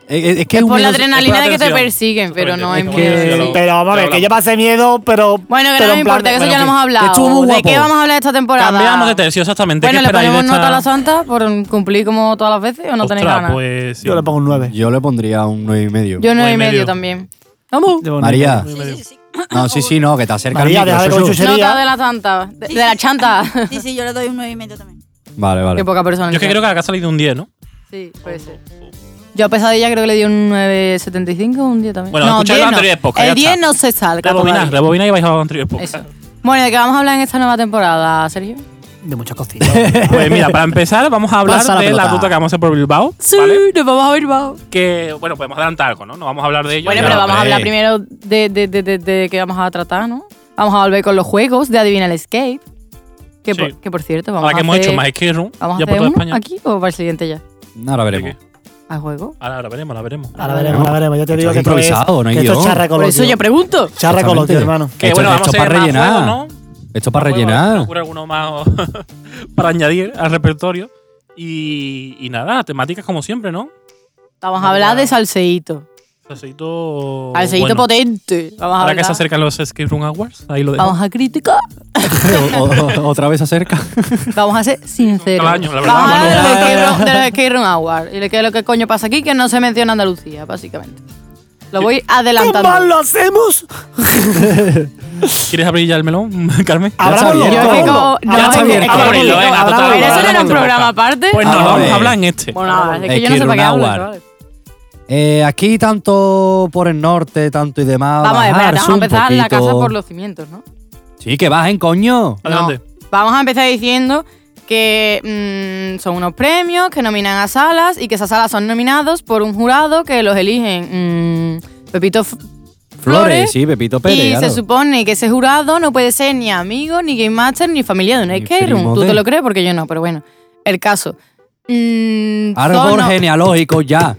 [SPEAKER 3] Eh, eh, Es, que
[SPEAKER 2] Es
[SPEAKER 3] un
[SPEAKER 2] por la
[SPEAKER 3] miedo-
[SPEAKER 2] adrenalina de que te
[SPEAKER 4] atención.
[SPEAKER 2] persiguen, pero no es
[SPEAKER 4] Exactamente,
[SPEAKER 3] es
[SPEAKER 2] miedo.
[SPEAKER 3] que-
[SPEAKER 2] sí.
[SPEAKER 4] Pero
[SPEAKER 1] Pero vamos a ver,
[SPEAKER 4] hablamos.
[SPEAKER 1] que yo pasé miedo, pero.
[SPEAKER 2] Bueno, que
[SPEAKER 1] pero
[SPEAKER 2] no nos
[SPEAKER 1] en plan
[SPEAKER 2] importa, que
[SPEAKER 1] de-
[SPEAKER 2] eso ya lo
[SPEAKER 1] bueno,
[SPEAKER 2] hemos hablado.
[SPEAKER 3] estuvo muy
[SPEAKER 2] ¿De
[SPEAKER 3] guapo.
[SPEAKER 2] qué vamos a hablar esta temporada?
[SPEAKER 4] Cambiamos de tercio, exactamente.
[SPEAKER 2] Bueno,
[SPEAKER 4] ¿Qué
[SPEAKER 2] ¿le
[SPEAKER 4] esperáis de
[SPEAKER 2] ponemos nota a la
[SPEAKER 4] esta-
[SPEAKER 2] santa por cumplir como todas las veces o no tenéis
[SPEAKER 4] Ostras,
[SPEAKER 2] ganas?
[SPEAKER 4] pues sí.
[SPEAKER 1] Yo le pongo un 9.
[SPEAKER 3] Yo le pondría un 9 y medio.
[SPEAKER 2] Yo nueve
[SPEAKER 4] nueve y
[SPEAKER 2] y medio
[SPEAKER 4] medio.
[SPEAKER 2] también. Vamos.
[SPEAKER 3] María.
[SPEAKER 7] Sí, sí, sí, sí.
[SPEAKER 3] No, sí, sí, no, que te acerca
[SPEAKER 1] María,
[SPEAKER 3] el micro,
[SPEAKER 1] deja de
[SPEAKER 3] Susu.
[SPEAKER 1] con chuche- Sería-
[SPEAKER 2] Nota de la santa, de, de la chanta.
[SPEAKER 7] Sí, sí, yo le doy un 9 y medio también.
[SPEAKER 3] Vale, vale.
[SPEAKER 2] Qué poca persona.
[SPEAKER 4] Yo es que creo que acá ha salido un 10, ¿no?
[SPEAKER 2] Sí, puede ser. Yo a pesadilla creo que le di un 9.75 un 10 también.
[SPEAKER 4] Bueno, escuchad
[SPEAKER 2] 10
[SPEAKER 4] los anteriores
[SPEAKER 2] El
[SPEAKER 4] podcasts, ya
[SPEAKER 2] 10
[SPEAKER 4] está.
[SPEAKER 2] no se salga.
[SPEAKER 4] Rebobina,
[SPEAKER 2] todavía.
[SPEAKER 4] rebobina y vais a la anterior podcast.
[SPEAKER 2] Eso. Bueno, ¿de qué vamos a hablar en esta nueva temporada, Sergio?
[SPEAKER 1] De muchas cositas.
[SPEAKER 4] Pues mira, para empezar, vamos a hablar
[SPEAKER 3] Pasa la
[SPEAKER 4] de
[SPEAKER 3] pelota.
[SPEAKER 4] la ruta que vamos a hacer por Bilbao. ¿vale?
[SPEAKER 2] nos vamos a Bilbao.
[SPEAKER 4] Que, bueno, podemos adelantar algo, ¿no? No vamos a hablar de ello.
[SPEAKER 2] Bueno,
[SPEAKER 4] ya
[SPEAKER 2] pero
[SPEAKER 4] lo
[SPEAKER 2] vamos a hablar
[SPEAKER 4] veréis.
[SPEAKER 2] primero de, de, de, de, de qué vamos a tratar, ¿no? Vamos a volver con los juegos de Adivina el Escape. Que,
[SPEAKER 4] Sí.
[SPEAKER 2] por, que por cierto, vamos
[SPEAKER 4] Ahora
[SPEAKER 2] a
[SPEAKER 4] que hemos
[SPEAKER 2] hacer-
[SPEAKER 4] hecho más skate room,
[SPEAKER 2] ¿Vamos a
[SPEAKER 4] ya por
[SPEAKER 2] hacer
[SPEAKER 4] toda
[SPEAKER 2] uno
[SPEAKER 4] España.
[SPEAKER 2] aquí o para el siguiente ya?
[SPEAKER 3] Ahora veremos.
[SPEAKER 2] ¿Al juego?
[SPEAKER 4] Ahora, ahora veremos, la veremos.
[SPEAKER 1] Ahora veremos, ahora veremos. Yo te
[SPEAKER 3] Esto
[SPEAKER 1] digo
[SPEAKER 3] es
[SPEAKER 1] que esto es-
[SPEAKER 3] improvisado, no hay
[SPEAKER 1] que esto es
[SPEAKER 3] guión.
[SPEAKER 1] charra con
[SPEAKER 2] Por
[SPEAKER 1] los
[SPEAKER 2] eso yo
[SPEAKER 1] tíos.
[SPEAKER 2] pregunto.
[SPEAKER 1] Charra con los tíos,
[SPEAKER 3] Exactamente.
[SPEAKER 1] hermano.
[SPEAKER 4] Que
[SPEAKER 3] Esto-
[SPEAKER 4] bueno,
[SPEAKER 3] esto
[SPEAKER 4] vamos a
[SPEAKER 3] para
[SPEAKER 4] hacer más
[SPEAKER 3] rellenar.
[SPEAKER 4] juegos, ¿no?
[SPEAKER 3] Esto para
[SPEAKER 4] Bueno, a ver si me
[SPEAKER 3] rellenar.
[SPEAKER 4] ocurre alguno más para añadir al repertorio. Y, y nada, temáticas como siempre, ¿no?
[SPEAKER 2] Vamos a hablar de salseíto.
[SPEAKER 4] Salseíto.
[SPEAKER 2] Salseíto
[SPEAKER 4] Oh, bueno.
[SPEAKER 2] potente. Vamos a
[SPEAKER 4] Ahora
[SPEAKER 2] hablar.
[SPEAKER 4] que se acercan los Escape Room Awards, ahí lo dejo.
[SPEAKER 2] Vamos a criticar.
[SPEAKER 3] O- o- Otra vez acerca.
[SPEAKER 2] Vamos a ser sinceros.
[SPEAKER 4] Cada año, la verdad,
[SPEAKER 2] Vamos a
[SPEAKER 4] Manuel.
[SPEAKER 2] hablar de los Skate Room- de los Skate Room Awards. Y de qué es lo que coño pasa aquí que no se menciona Andalucía, básicamente. Lo voy adelantando.
[SPEAKER 1] ¿Cómo lo hacemos?
[SPEAKER 4] ¿Quieres abrir ya el melón, Carmen?
[SPEAKER 1] Abrámoslo.
[SPEAKER 2] Yo es
[SPEAKER 3] sabía.
[SPEAKER 2] que
[SPEAKER 1] abrámoslo.
[SPEAKER 2] como- no,
[SPEAKER 1] Ya está
[SPEAKER 2] es que-
[SPEAKER 1] bien.
[SPEAKER 2] es que-
[SPEAKER 4] Ábrelo, venga,
[SPEAKER 1] Abrámoslo,
[SPEAKER 4] total,
[SPEAKER 2] Pero eso no era un
[SPEAKER 4] Abrámoslo.
[SPEAKER 2] programa aparte.
[SPEAKER 4] Pues no,
[SPEAKER 3] Ah,
[SPEAKER 4] lo vamos
[SPEAKER 3] vale.
[SPEAKER 4] a hablar en este.
[SPEAKER 2] Bueno, es que yo no
[SPEAKER 3] Skate
[SPEAKER 2] sé para qué
[SPEAKER 3] Room
[SPEAKER 2] hablo,
[SPEAKER 3] Award.
[SPEAKER 2] chavales.
[SPEAKER 3] Eh, aquí tanto por el norte, tanto y demás.
[SPEAKER 2] Vamos a ver, espérate,
[SPEAKER 3] bajarse
[SPEAKER 2] vamos a
[SPEAKER 3] un
[SPEAKER 2] empezar la
[SPEAKER 3] poquito.
[SPEAKER 2] casa por los cimientos, ¿no?
[SPEAKER 3] Sí, que bajen, coño.
[SPEAKER 4] Adelante.
[SPEAKER 2] No. pues Vamos a empezar diciendo que mm, son unos premios que nominan a salas y que esas salas son nominados por un jurado que los eligen mm, Pepito F- Flores.
[SPEAKER 3] Flores, sí, Pepito Pérez.
[SPEAKER 2] y
[SPEAKER 3] claro.
[SPEAKER 2] se supone que ese jurado no puede ser ni amigo, ni game master, ni familia de un
[SPEAKER 3] Ni
[SPEAKER 2] skate room.
[SPEAKER 3] primo
[SPEAKER 2] ¿Tú
[SPEAKER 3] de-
[SPEAKER 2] te lo crees? Porque yo no, pero bueno. El caso. Mm,
[SPEAKER 3] Árbol
[SPEAKER 2] son-
[SPEAKER 3] genealógico ya.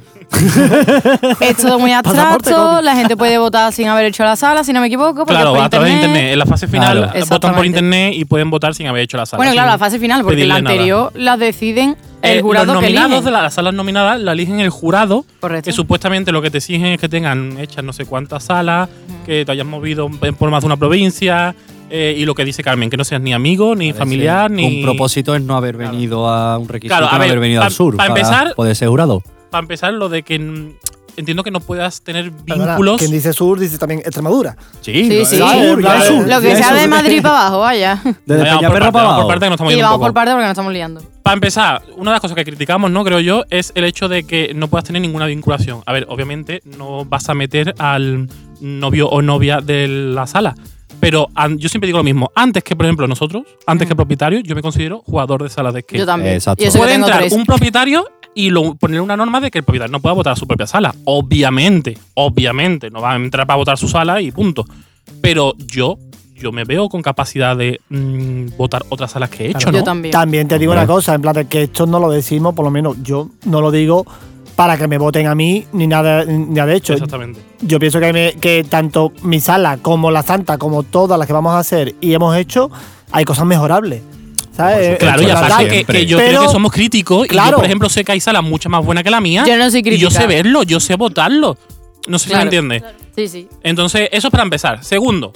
[SPEAKER 2] es todo muy
[SPEAKER 1] Pasaporte,
[SPEAKER 2] abstracto,
[SPEAKER 1] copia.
[SPEAKER 2] la gente puede votar sin haber hecho la sala, si no me equivoco. porque
[SPEAKER 4] Claro,
[SPEAKER 2] es por
[SPEAKER 4] a través de internet. En la fase final
[SPEAKER 3] Claro.
[SPEAKER 4] votan por
[SPEAKER 2] Exactamente.
[SPEAKER 4] internet y pueden votar sin haber hecho la sala.
[SPEAKER 2] Bueno,
[SPEAKER 4] sin
[SPEAKER 2] claro, la fase final, porque la
[SPEAKER 4] pedirle nada.
[SPEAKER 2] anterior la deciden el
[SPEAKER 4] Eh,
[SPEAKER 2] jurado
[SPEAKER 4] los
[SPEAKER 2] que
[SPEAKER 4] nominados
[SPEAKER 2] eligen.
[SPEAKER 4] de la- las salas nominadas la eligen el jurado,
[SPEAKER 2] Correcto.
[SPEAKER 4] que supuestamente lo que te exigen es que tengan hechas no sé cuántas salas, que te hayas movido en- por más de una provincia eh, y lo que dice Carmen, que no seas ni amigo, ni familiar, ni
[SPEAKER 3] Un propósito es no haber venido a un requisito,
[SPEAKER 4] Claro, a
[SPEAKER 3] no
[SPEAKER 4] ver,
[SPEAKER 3] haber venido
[SPEAKER 4] pa-
[SPEAKER 3] al sur.
[SPEAKER 4] pa' empezar-
[SPEAKER 3] Puede ser jurado.
[SPEAKER 4] Para empezar, lo de que mm, entiendo que no puedas tener
[SPEAKER 1] Perdona,
[SPEAKER 4] vínculos.
[SPEAKER 1] Quien dice sur dice también Extremadura.
[SPEAKER 3] Sí,
[SPEAKER 2] Sí,
[SPEAKER 4] ¿eh?
[SPEAKER 2] sí.
[SPEAKER 1] ya es, ya es.
[SPEAKER 2] Lo que
[SPEAKER 1] Ya
[SPEAKER 2] sea
[SPEAKER 1] es.
[SPEAKER 2] de Madrid para abajo, vaya.
[SPEAKER 3] Desde
[SPEAKER 4] Vamos por
[SPEAKER 3] Peñaperro
[SPEAKER 4] parte,
[SPEAKER 3] para
[SPEAKER 4] vamos
[SPEAKER 3] abajo.
[SPEAKER 4] por parte, que nos estamos
[SPEAKER 2] Y
[SPEAKER 4] yendo un
[SPEAKER 2] vamos por
[SPEAKER 4] poco.
[SPEAKER 2] parte porque nos estamos liando.
[SPEAKER 4] Para empezar, una de las cosas que criticamos, ¿no? Creo yo, es el hecho de que no puedas tener ninguna vinculación. A ver, obviamente no vas a meter al novio o novia de la sala. Pero an- yo siempre digo lo mismo. Antes que, por ejemplo, nosotros, antes que propietario, yo me considero jugador de sala de skate.
[SPEAKER 2] Yo también.
[SPEAKER 3] Exacto.
[SPEAKER 2] Y eso que
[SPEAKER 4] Puede
[SPEAKER 2] tengo
[SPEAKER 4] entrar
[SPEAKER 2] tres.
[SPEAKER 4] un propietario y lo- poner una norma de que el propietario no pueda votar a su propia sala. Obviamente, obviamente, no va a entrar para votar su sala y punto. Pero yo, yo me veo con capacidad de mm, votar otras salas que he
[SPEAKER 2] Yo
[SPEAKER 4] hecho, ¿no?
[SPEAKER 2] también.
[SPEAKER 1] También te digo
[SPEAKER 3] Hombre.
[SPEAKER 1] una cosa, en plan de que esto no lo decimos, por lo menos yo no lo digo para que me voten a mí ni nada, ni nada de hecho.
[SPEAKER 4] Exactamente.
[SPEAKER 1] Yo pienso que, me- que tanto mi sala como la santa, como todas las que vamos a hacer y hemos hecho, hay cosas mejorables. ¿Sabes?
[SPEAKER 4] Claro,
[SPEAKER 1] Eh,
[SPEAKER 4] y
[SPEAKER 3] Hecho la
[SPEAKER 4] aparte
[SPEAKER 1] tal,
[SPEAKER 4] que,
[SPEAKER 3] tal.
[SPEAKER 4] que yo
[SPEAKER 1] Pero-
[SPEAKER 4] creo que somos críticos. Y
[SPEAKER 1] Claro.
[SPEAKER 4] yo, por ejemplo, sé que hay salas mucho más buenas que la mía.
[SPEAKER 2] Yo no soy
[SPEAKER 4] Y yo
[SPEAKER 2] crítica.
[SPEAKER 4] sé verlo, yo sé votarlo. No sé
[SPEAKER 2] Claro.
[SPEAKER 4] si me entiendes.
[SPEAKER 2] Sí, sí.
[SPEAKER 4] Entonces, eso es para empezar. Segundo,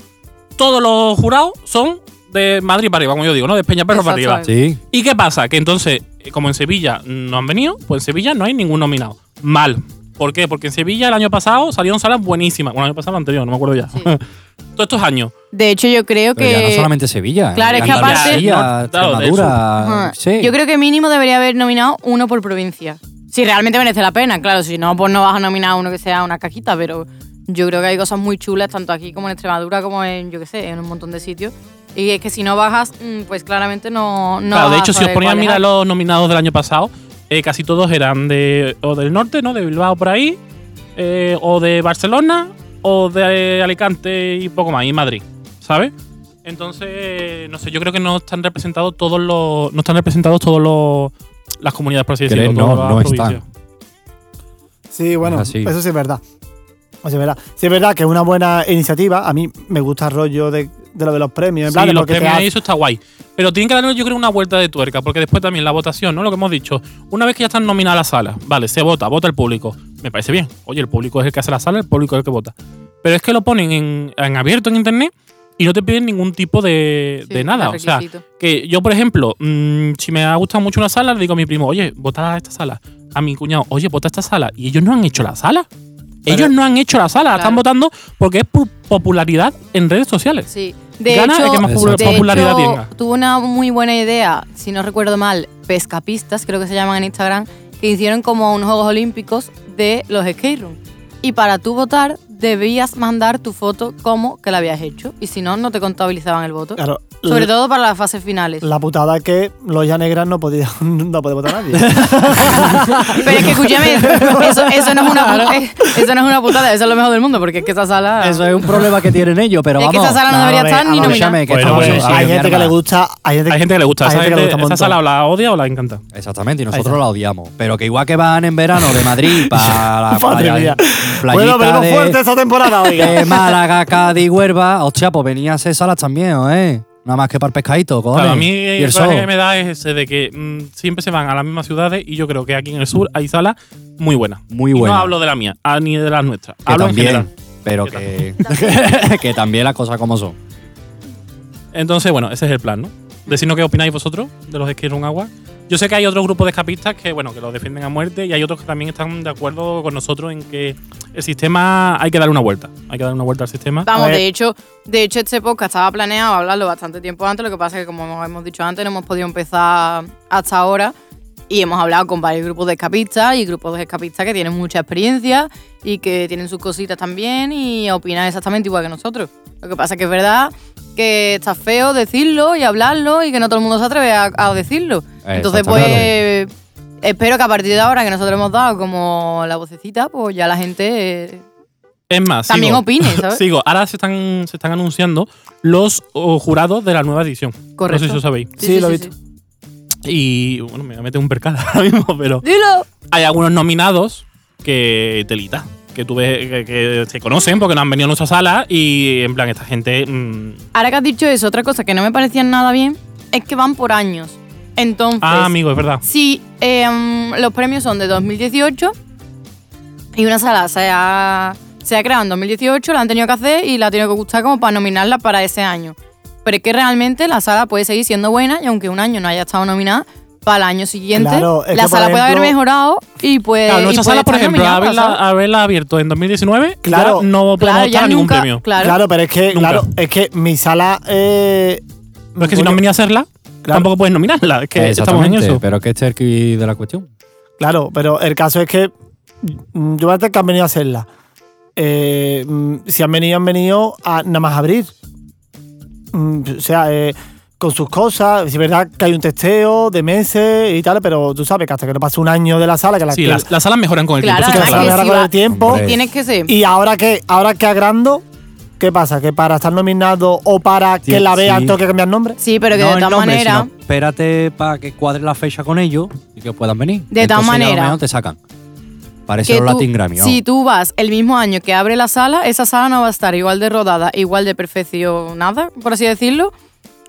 [SPEAKER 4] todos los jurados son de Madrid para arriba, como yo digo, ¿no? De Peñaperro para arriba.
[SPEAKER 2] Exacto.
[SPEAKER 3] Sí.
[SPEAKER 4] ¿Y qué pasa? Que entonces, eh, como en Sevilla no han venido, pues en Sevilla no hay ningún nominado. Mal. ¿Por qué? Porque en Sevilla el año pasado salieron salas buenísimas. Bueno, el año pasado, el anterior, no me acuerdo ya.
[SPEAKER 2] Sí.
[SPEAKER 4] Todos estos años.
[SPEAKER 2] De hecho, yo creo
[SPEAKER 3] Pero ya
[SPEAKER 2] que.
[SPEAKER 3] no solamente Sevilla.
[SPEAKER 2] eh, Claro, es que aparte-
[SPEAKER 3] Andalucía,
[SPEAKER 4] No, claro, de
[SPEAKER 3] Extremadura.
[SPEAKER 4] Ah,
[SPEAKER 2] Ajá.
[SPEAKER 3] Sí.
[SPEAKER 2] Yo creo que mínimo debería haber nominado uno por provincia. Si realmente merece la pena, claro. Si no, pues no vas a nominar a uno que sea una cajita, pero yo creo que hay cosas muy chulas, tanto aquí como en Extremadura, como en, yo qué sé, en un montón de sitios. Y es que si no bajas, mm, pues claramente no. no
[SPEAKER 4] claro, de
[SPEAKER 2] vas a
[SPEAKER 4] hecho, si os
[SPEAKER 2] saber
[SPEAKER 4] ponía a
[SPEAKER 2] cuáles
[SPEAKER 4] mirar
[SPEAKER 2] hay.
[SPEAKER 4] los nominados del año pasado, eh, casi todos eran de o del norte, ¿no? De Bilbao por ahí, eh, o de Barcelona, o de Alicante y poco más, y Madrid, ¿sabes? Entonces, no sé, yo creo que no están representados todos los. No están representados todos los. Las comunidades, por así
[SPEAKER 3] Creen,
[SPEAKER 4] decirlo. todas
[SPEAKER 3] no,
[SPEAKER 4] las
[SPEAKER 3] no
[SPEAKER 4] provincias.
[SPEAKER 3] están.
[SPEAKER 1] Sí,
[SPEAKER 4] Ah,
[SPEAKER 1] bueno,
[SPEAKER 3] Así.
[SPEAKER 1] eso sí es verdad. Eso sí es verdad. Sí es verdad que es una buena iniciativa. A mí me gusta el rollo de, de lo de los premios. En
[SPEAKER 4] Sí,
[SPEAKER 1] plan, de
[SPEAKER 4] los
[SPEAKER 1] lo que te
[SPEAKER 4] premios
[SPEAKER 1] hace-
[SPEAKER 4] y eso está guay. Pero tienen que darle, yo creo, una vuelta de tuerca, porque después también la votación, ¿no? Lo que hemos dicho, una vez que ya están nominadas las salas, vale, se vota, vota el público. Me parece bien. Oye, el público es el que hace la sala, el público es el que vota. Pero es que lo ponen en, en abierto en internet y no te piden ningún tipo de,
[SPEAKER 2] Sí,
[SPEAKER 4] de nada.
[SPEAKER 2] de
[SPEAKER 4] O sea,
[SPEAKER 2] requisito.
[SPEAKER 4] que yo, por ejemplo, mm, si me ha gustado mucho una sala, le digo a mi primo, oye, vota a esta sala. A mi cuñado, oye, vota a esta sala. Y ellos no han hecho la sala. Ellos no han hecho la sala, la están
[SPEAKER 2] Claro.
[SPEAKER 4] votando porque es por popularidad en redes sociales.
[SPEAKER 2] Sí. De
[SPEAKER 4] Gana
[SPEAKER 2] hecho,
[SPEAKER 4] el que más
[SPEAKER 3] popu-
[SPEAKER 2] de
[SPEAKER 4] popularidad
[SPEAKER 2] hecho,
[SPEAKER 4] tenga.
[SPEAKER 2] tuvo una muy buena idea, si no recuerdo mal, Pescapistas, creo que se llaman en Instagram, que hicieron como unos Juegos Olímpicos de los skate rooms. Y para tú votar, debías mandar tu foto como que la habías hecho. Y si no, no te contabilizaban el voto.
[SPEAKER 1] Claro,
[SPEAKER 2] Sobre
[SPEAKER 1] la-
[SPEAKER 2] todo para las fases finales.
[SPEAKER 1] La putada es que los ya negras no podía, no puede votar a nadie.
[SPEAKER 2] Pero es que escúchame, eso, eso no es una, pu- eh, eso no es una putada, eso es lo mejor del mundo, porque es que esa sala.
[SPEAKER 3] Eso es un problema que tienen ellos, pero
[SPEAKER 2] Es que
[SPEAKER 3] vamos.
[SPEAKER 2] esa sala no
[SPEAKER 1] Vamos a
[SPEAKER 2] debería
[SPEAKER 1] ver,
[SPEAKER 2] estar ni
[SPEAKER 1] vamos a ver.
[SPEAKER 2] nominada.
[SPEAKER 3] Escúchame, que
[SPEAKER 4] Bueno,
[SPEAKER 3] estamos
[SPEAKER 4] pues,
[SPEAKER 3] en
[SPEAKER 4] sí,
[SPEAKER 3] mi
[SPEAKER 1] hay gente que
[SPEAKER 3] arma.
[SPEAKER 1] le gusta, hay gente,
[SPEAKER 4] Hay gente que le gusta,
[SPEAKER 1] hay
[SPEAKER 4] esa,
[SPEAKER 1] gente que le
[SPEAKER 4] gente-
[SPEAKER 1] gusta un
[SPEAKER 4] esa sala o
[SPEAKER 1] montón.
[SPEAKER 4] la odia o la encanta.
[SPEAKER 3] Exactamente, y
[SPEAKER 1] Ahí
[SPEAKER 3] nosotros
[SPEAKER 1] está.
[SPEAKER 3] la odiamos. Pero que igual que van en verano de Madrid para la
[SPEAKER 1] Madre
[SPEAKER 3] playa,
[SPEAKER 1] mía.
[SPEAKER 3] playita
[SPEAKER 1] Bueno, venimos
[SPEAKER 3] de,
[SPEAKER 1] fuerte esta temporada,
[SPEAKER 3] de
[SPEAKER 1] oiga.
[SPEAKER 3] Málaga, Cádiz, Huerva. Hostia, pues venía a hacer salas también, ¿eh? Nada más que para el pescadito, cojones.
[SPEAKER 4] Claro, a mí
[SPEAKER 3] y el
[SPEAKER 4] el
[SPEAKER 3] sol.
[SPEAKER 4] coraje que me da es ese de que mm, siempre se van a las mismas ciudades y yo creo que aquí en el sur hay salas muy buenas.
[SPEAKER 3] Muy
[SPEAKER 4] Y
[SPEAKER 3] buenas.
[SPEAKER 4] no hablo de la mía, ah, ni de las nuestras.
[SPEAKER 3] Que
[SPEAKER 4] hablo en
[SPEAKER 3] también,
[SPEAKER 4] general.
[SPEAKER 3] pero que,
[SPEAKER 4] Que
[SPEAKER 3] que también las cosas como son.
[SPEAKER 4] Entonces, bueno, ese es el plan, ¿no? Decidnos qué opináis vosotros de los Skate Run Agua. Yo sé que hay otro grupo de escapistas que, bueno, que los defienden a muerte y hay otros que también están de acuerdo con nosotros en que el sistema hay que darle una vuelta. Hay que darle una vuelta al sistema.
[SPEAKER 2] Vamos,
[SPEAKER 1] A ver.
[SPEAKER 2] de hecho, de hecho este podcast estaba planeado hablarlo bastante tiempo antes, lo que pasa es que como hemos dicho antes no hemos podido empezar hasta ahora y hemos hablado con varios grupos de escapistas y grupos de escapistas que tienen mucha experiencia y que tienen sus cositas también y opinan exactamente igual que nosotros. Lo que pasa es que es verdad que está feo decirlo y hablarlo y que no todo el mundo se atreve a, a decirlo. Entonces, pues...
[SPEAKER 3] Exactamente.
[SPEAKER 2] Espero que a partir de ahora que nosotros hemos dado como la vocecita, pues ya la gente eh,
[SPEAKER 4] Es más,
[SPEAKER 2] también
[SPEAKER 4] sigo.
[SPEAKER 2] opine, ¿sabes?
[SPEAKER 4] Sigo, ahora se están, se están anunciando los oh, jurados de la nueva edición.
[SPEAKER 2] Correcto.
[SPEAKER 4] No sé si lo sabéis.
[SPEAKER 1] Sí, lo he visto.
[SPEAKER 4] Y bueno, me voy a meter un percal ahora mismo, pero
[SPEAKER 2] Dilo.
[SPEAKER 4] hay algunos nominados que telita, que tú ves que, que se conocen porque no han venido a nuestra sala y en plan, esta gente. mm,
[SPEAKER 2] Ahora que has dicho eso, otra cosa que no me parecía nada bien es que van por años. Entonces,
[SPEAKER 4] ah, amigo, es verdad.
[SPEAKER 2] si em, los premios son de 2018 y una sala se ha, se ha creado en 2018, la han tenido que hacer y la ha tenido que gustar como para nominarla para ese año. Pero es que realmente la sala puede seguir siendo buena y aunque un año no haya estado nominada, para el año siguiente
[SPEAKER 1] Claro, es
[SPEAKER 2] la
[SPEAKER 1] que, por
[SPEAKER 2] sala puede haber
[SPEAKER 1] ejemplo-
[SPEAKER 2] mejorado y puede.
[SPEAKER 4] Claro,
[SPEAKER 2] eh, y
[SPEAKER 4] nuestra
[SPEAKER 2] puede
[SPEAKER 4] sala, por
[SPEAKER 2] estar
[SPEAKER 4] ejemplo,
[SPEAKER 2] nominada para la
[SPEAKER 4] haberla,
[SPEAKER 2] sala.
[SPEAKER 4] haberla abierto en 2019,
[SPEAKER 1] Claro.
[SPEAKER 4] claro, no podemos
[SPEAKER 2] Claro,
[SPEAKER 4] optar
[SPEAKER 2] ya
[SPEAKER 4] a ningún
[SPEAKER 2] nunca.
[SPEAKER 4] premio.
[SPEAKER 2] Claro,
[SPEAKER 1] Claro, pero es que,
[SPEAKER 4] Nunca.
[SPEAKER 1] claro, es que mi sala. Eh,
[SPEAKER 4] Pero es que si no
[SPEAKER 1] coño,
[SPEAKER 4] han venido a hacerla, tampoco puedes nominarla. Es que estamos en
[SPEAKER 3] Exactamente,
[SPEAKER 4] eso.
[SPEAKER 3] Pero que este es el quid de la cuestión.
[SPEAKER 1] Claro, pero el caso es que mm, yo antes que han venido a hacerla. eh, mm, si han venido, han venido a nada más abrir. Mm, o sea, eh, con sus cosas. Es verdad que hay un testeo de meses y tal, pero tú sabes que hasta que no pase un año de la sala, que la
[SPEAKER 4] Sí,
[SPEAKER 1] que-
[SPEAKER 4] las, las salas mejoran con el
[SPEAKER 2] Claro,
[SPEAKER 4] tiempo.
[SPEAKER 1] que
[SPEAKER 4] eso
[SPEAKER 1] la
[SPEAKER 4] está
[SPEAKER 2] además
[SPEAKER 1] sala
[SPEAKER 2] que
[SPEAKER 4] claro.
[SPEAKER 1] mejora con el
[SPEAKER 2] si va-
[SPEAKER 1] tiempo.
[SPEAKER 3] Hombre.
[SPEAKER 2] Tienes que ser.
[SPEAKER 1] ah, ¿Y ahora qué? ¿Ahora que agrando? ¿Qué pasa? ¿Que para estar nominado o para
[SPEAKER 3] Sí,
[SPEAKER 1] que la vea
[SPEAKER 3] sí.
[SPEAKER 1] tengo que cambiar nombre?
[SPEAKER 2] Sí, pero que
[SPEAKER 3] No
[SPEAKER 2] de
[SPEAKER 3] el
[SPEAKER 2] todas
[SPEAKER 3] nombre,
[SPEAKER 2] maneras.
[SPEAKER 3] sino espérate para que cuadre la fecha con ellos y que puedan venir.
[SPEAKER 2] De todas
[SPEAKER 3] Entonces, ya a lo
[SPEAKER 2] maneras,
[SPEAKER 3] mejor te sacan. Parece
[SPEAKER 2] que
[SPEAKER 3] los
[SPEAKER 2] tú-
[SPEAKER 3] Latin Grammy. oh. vamos.
[SPEAKER 2] si tú vas el mismo año que abre la sala, esa sala no va a estar igual de rodada, igual de perfeccionada, por así decirlo,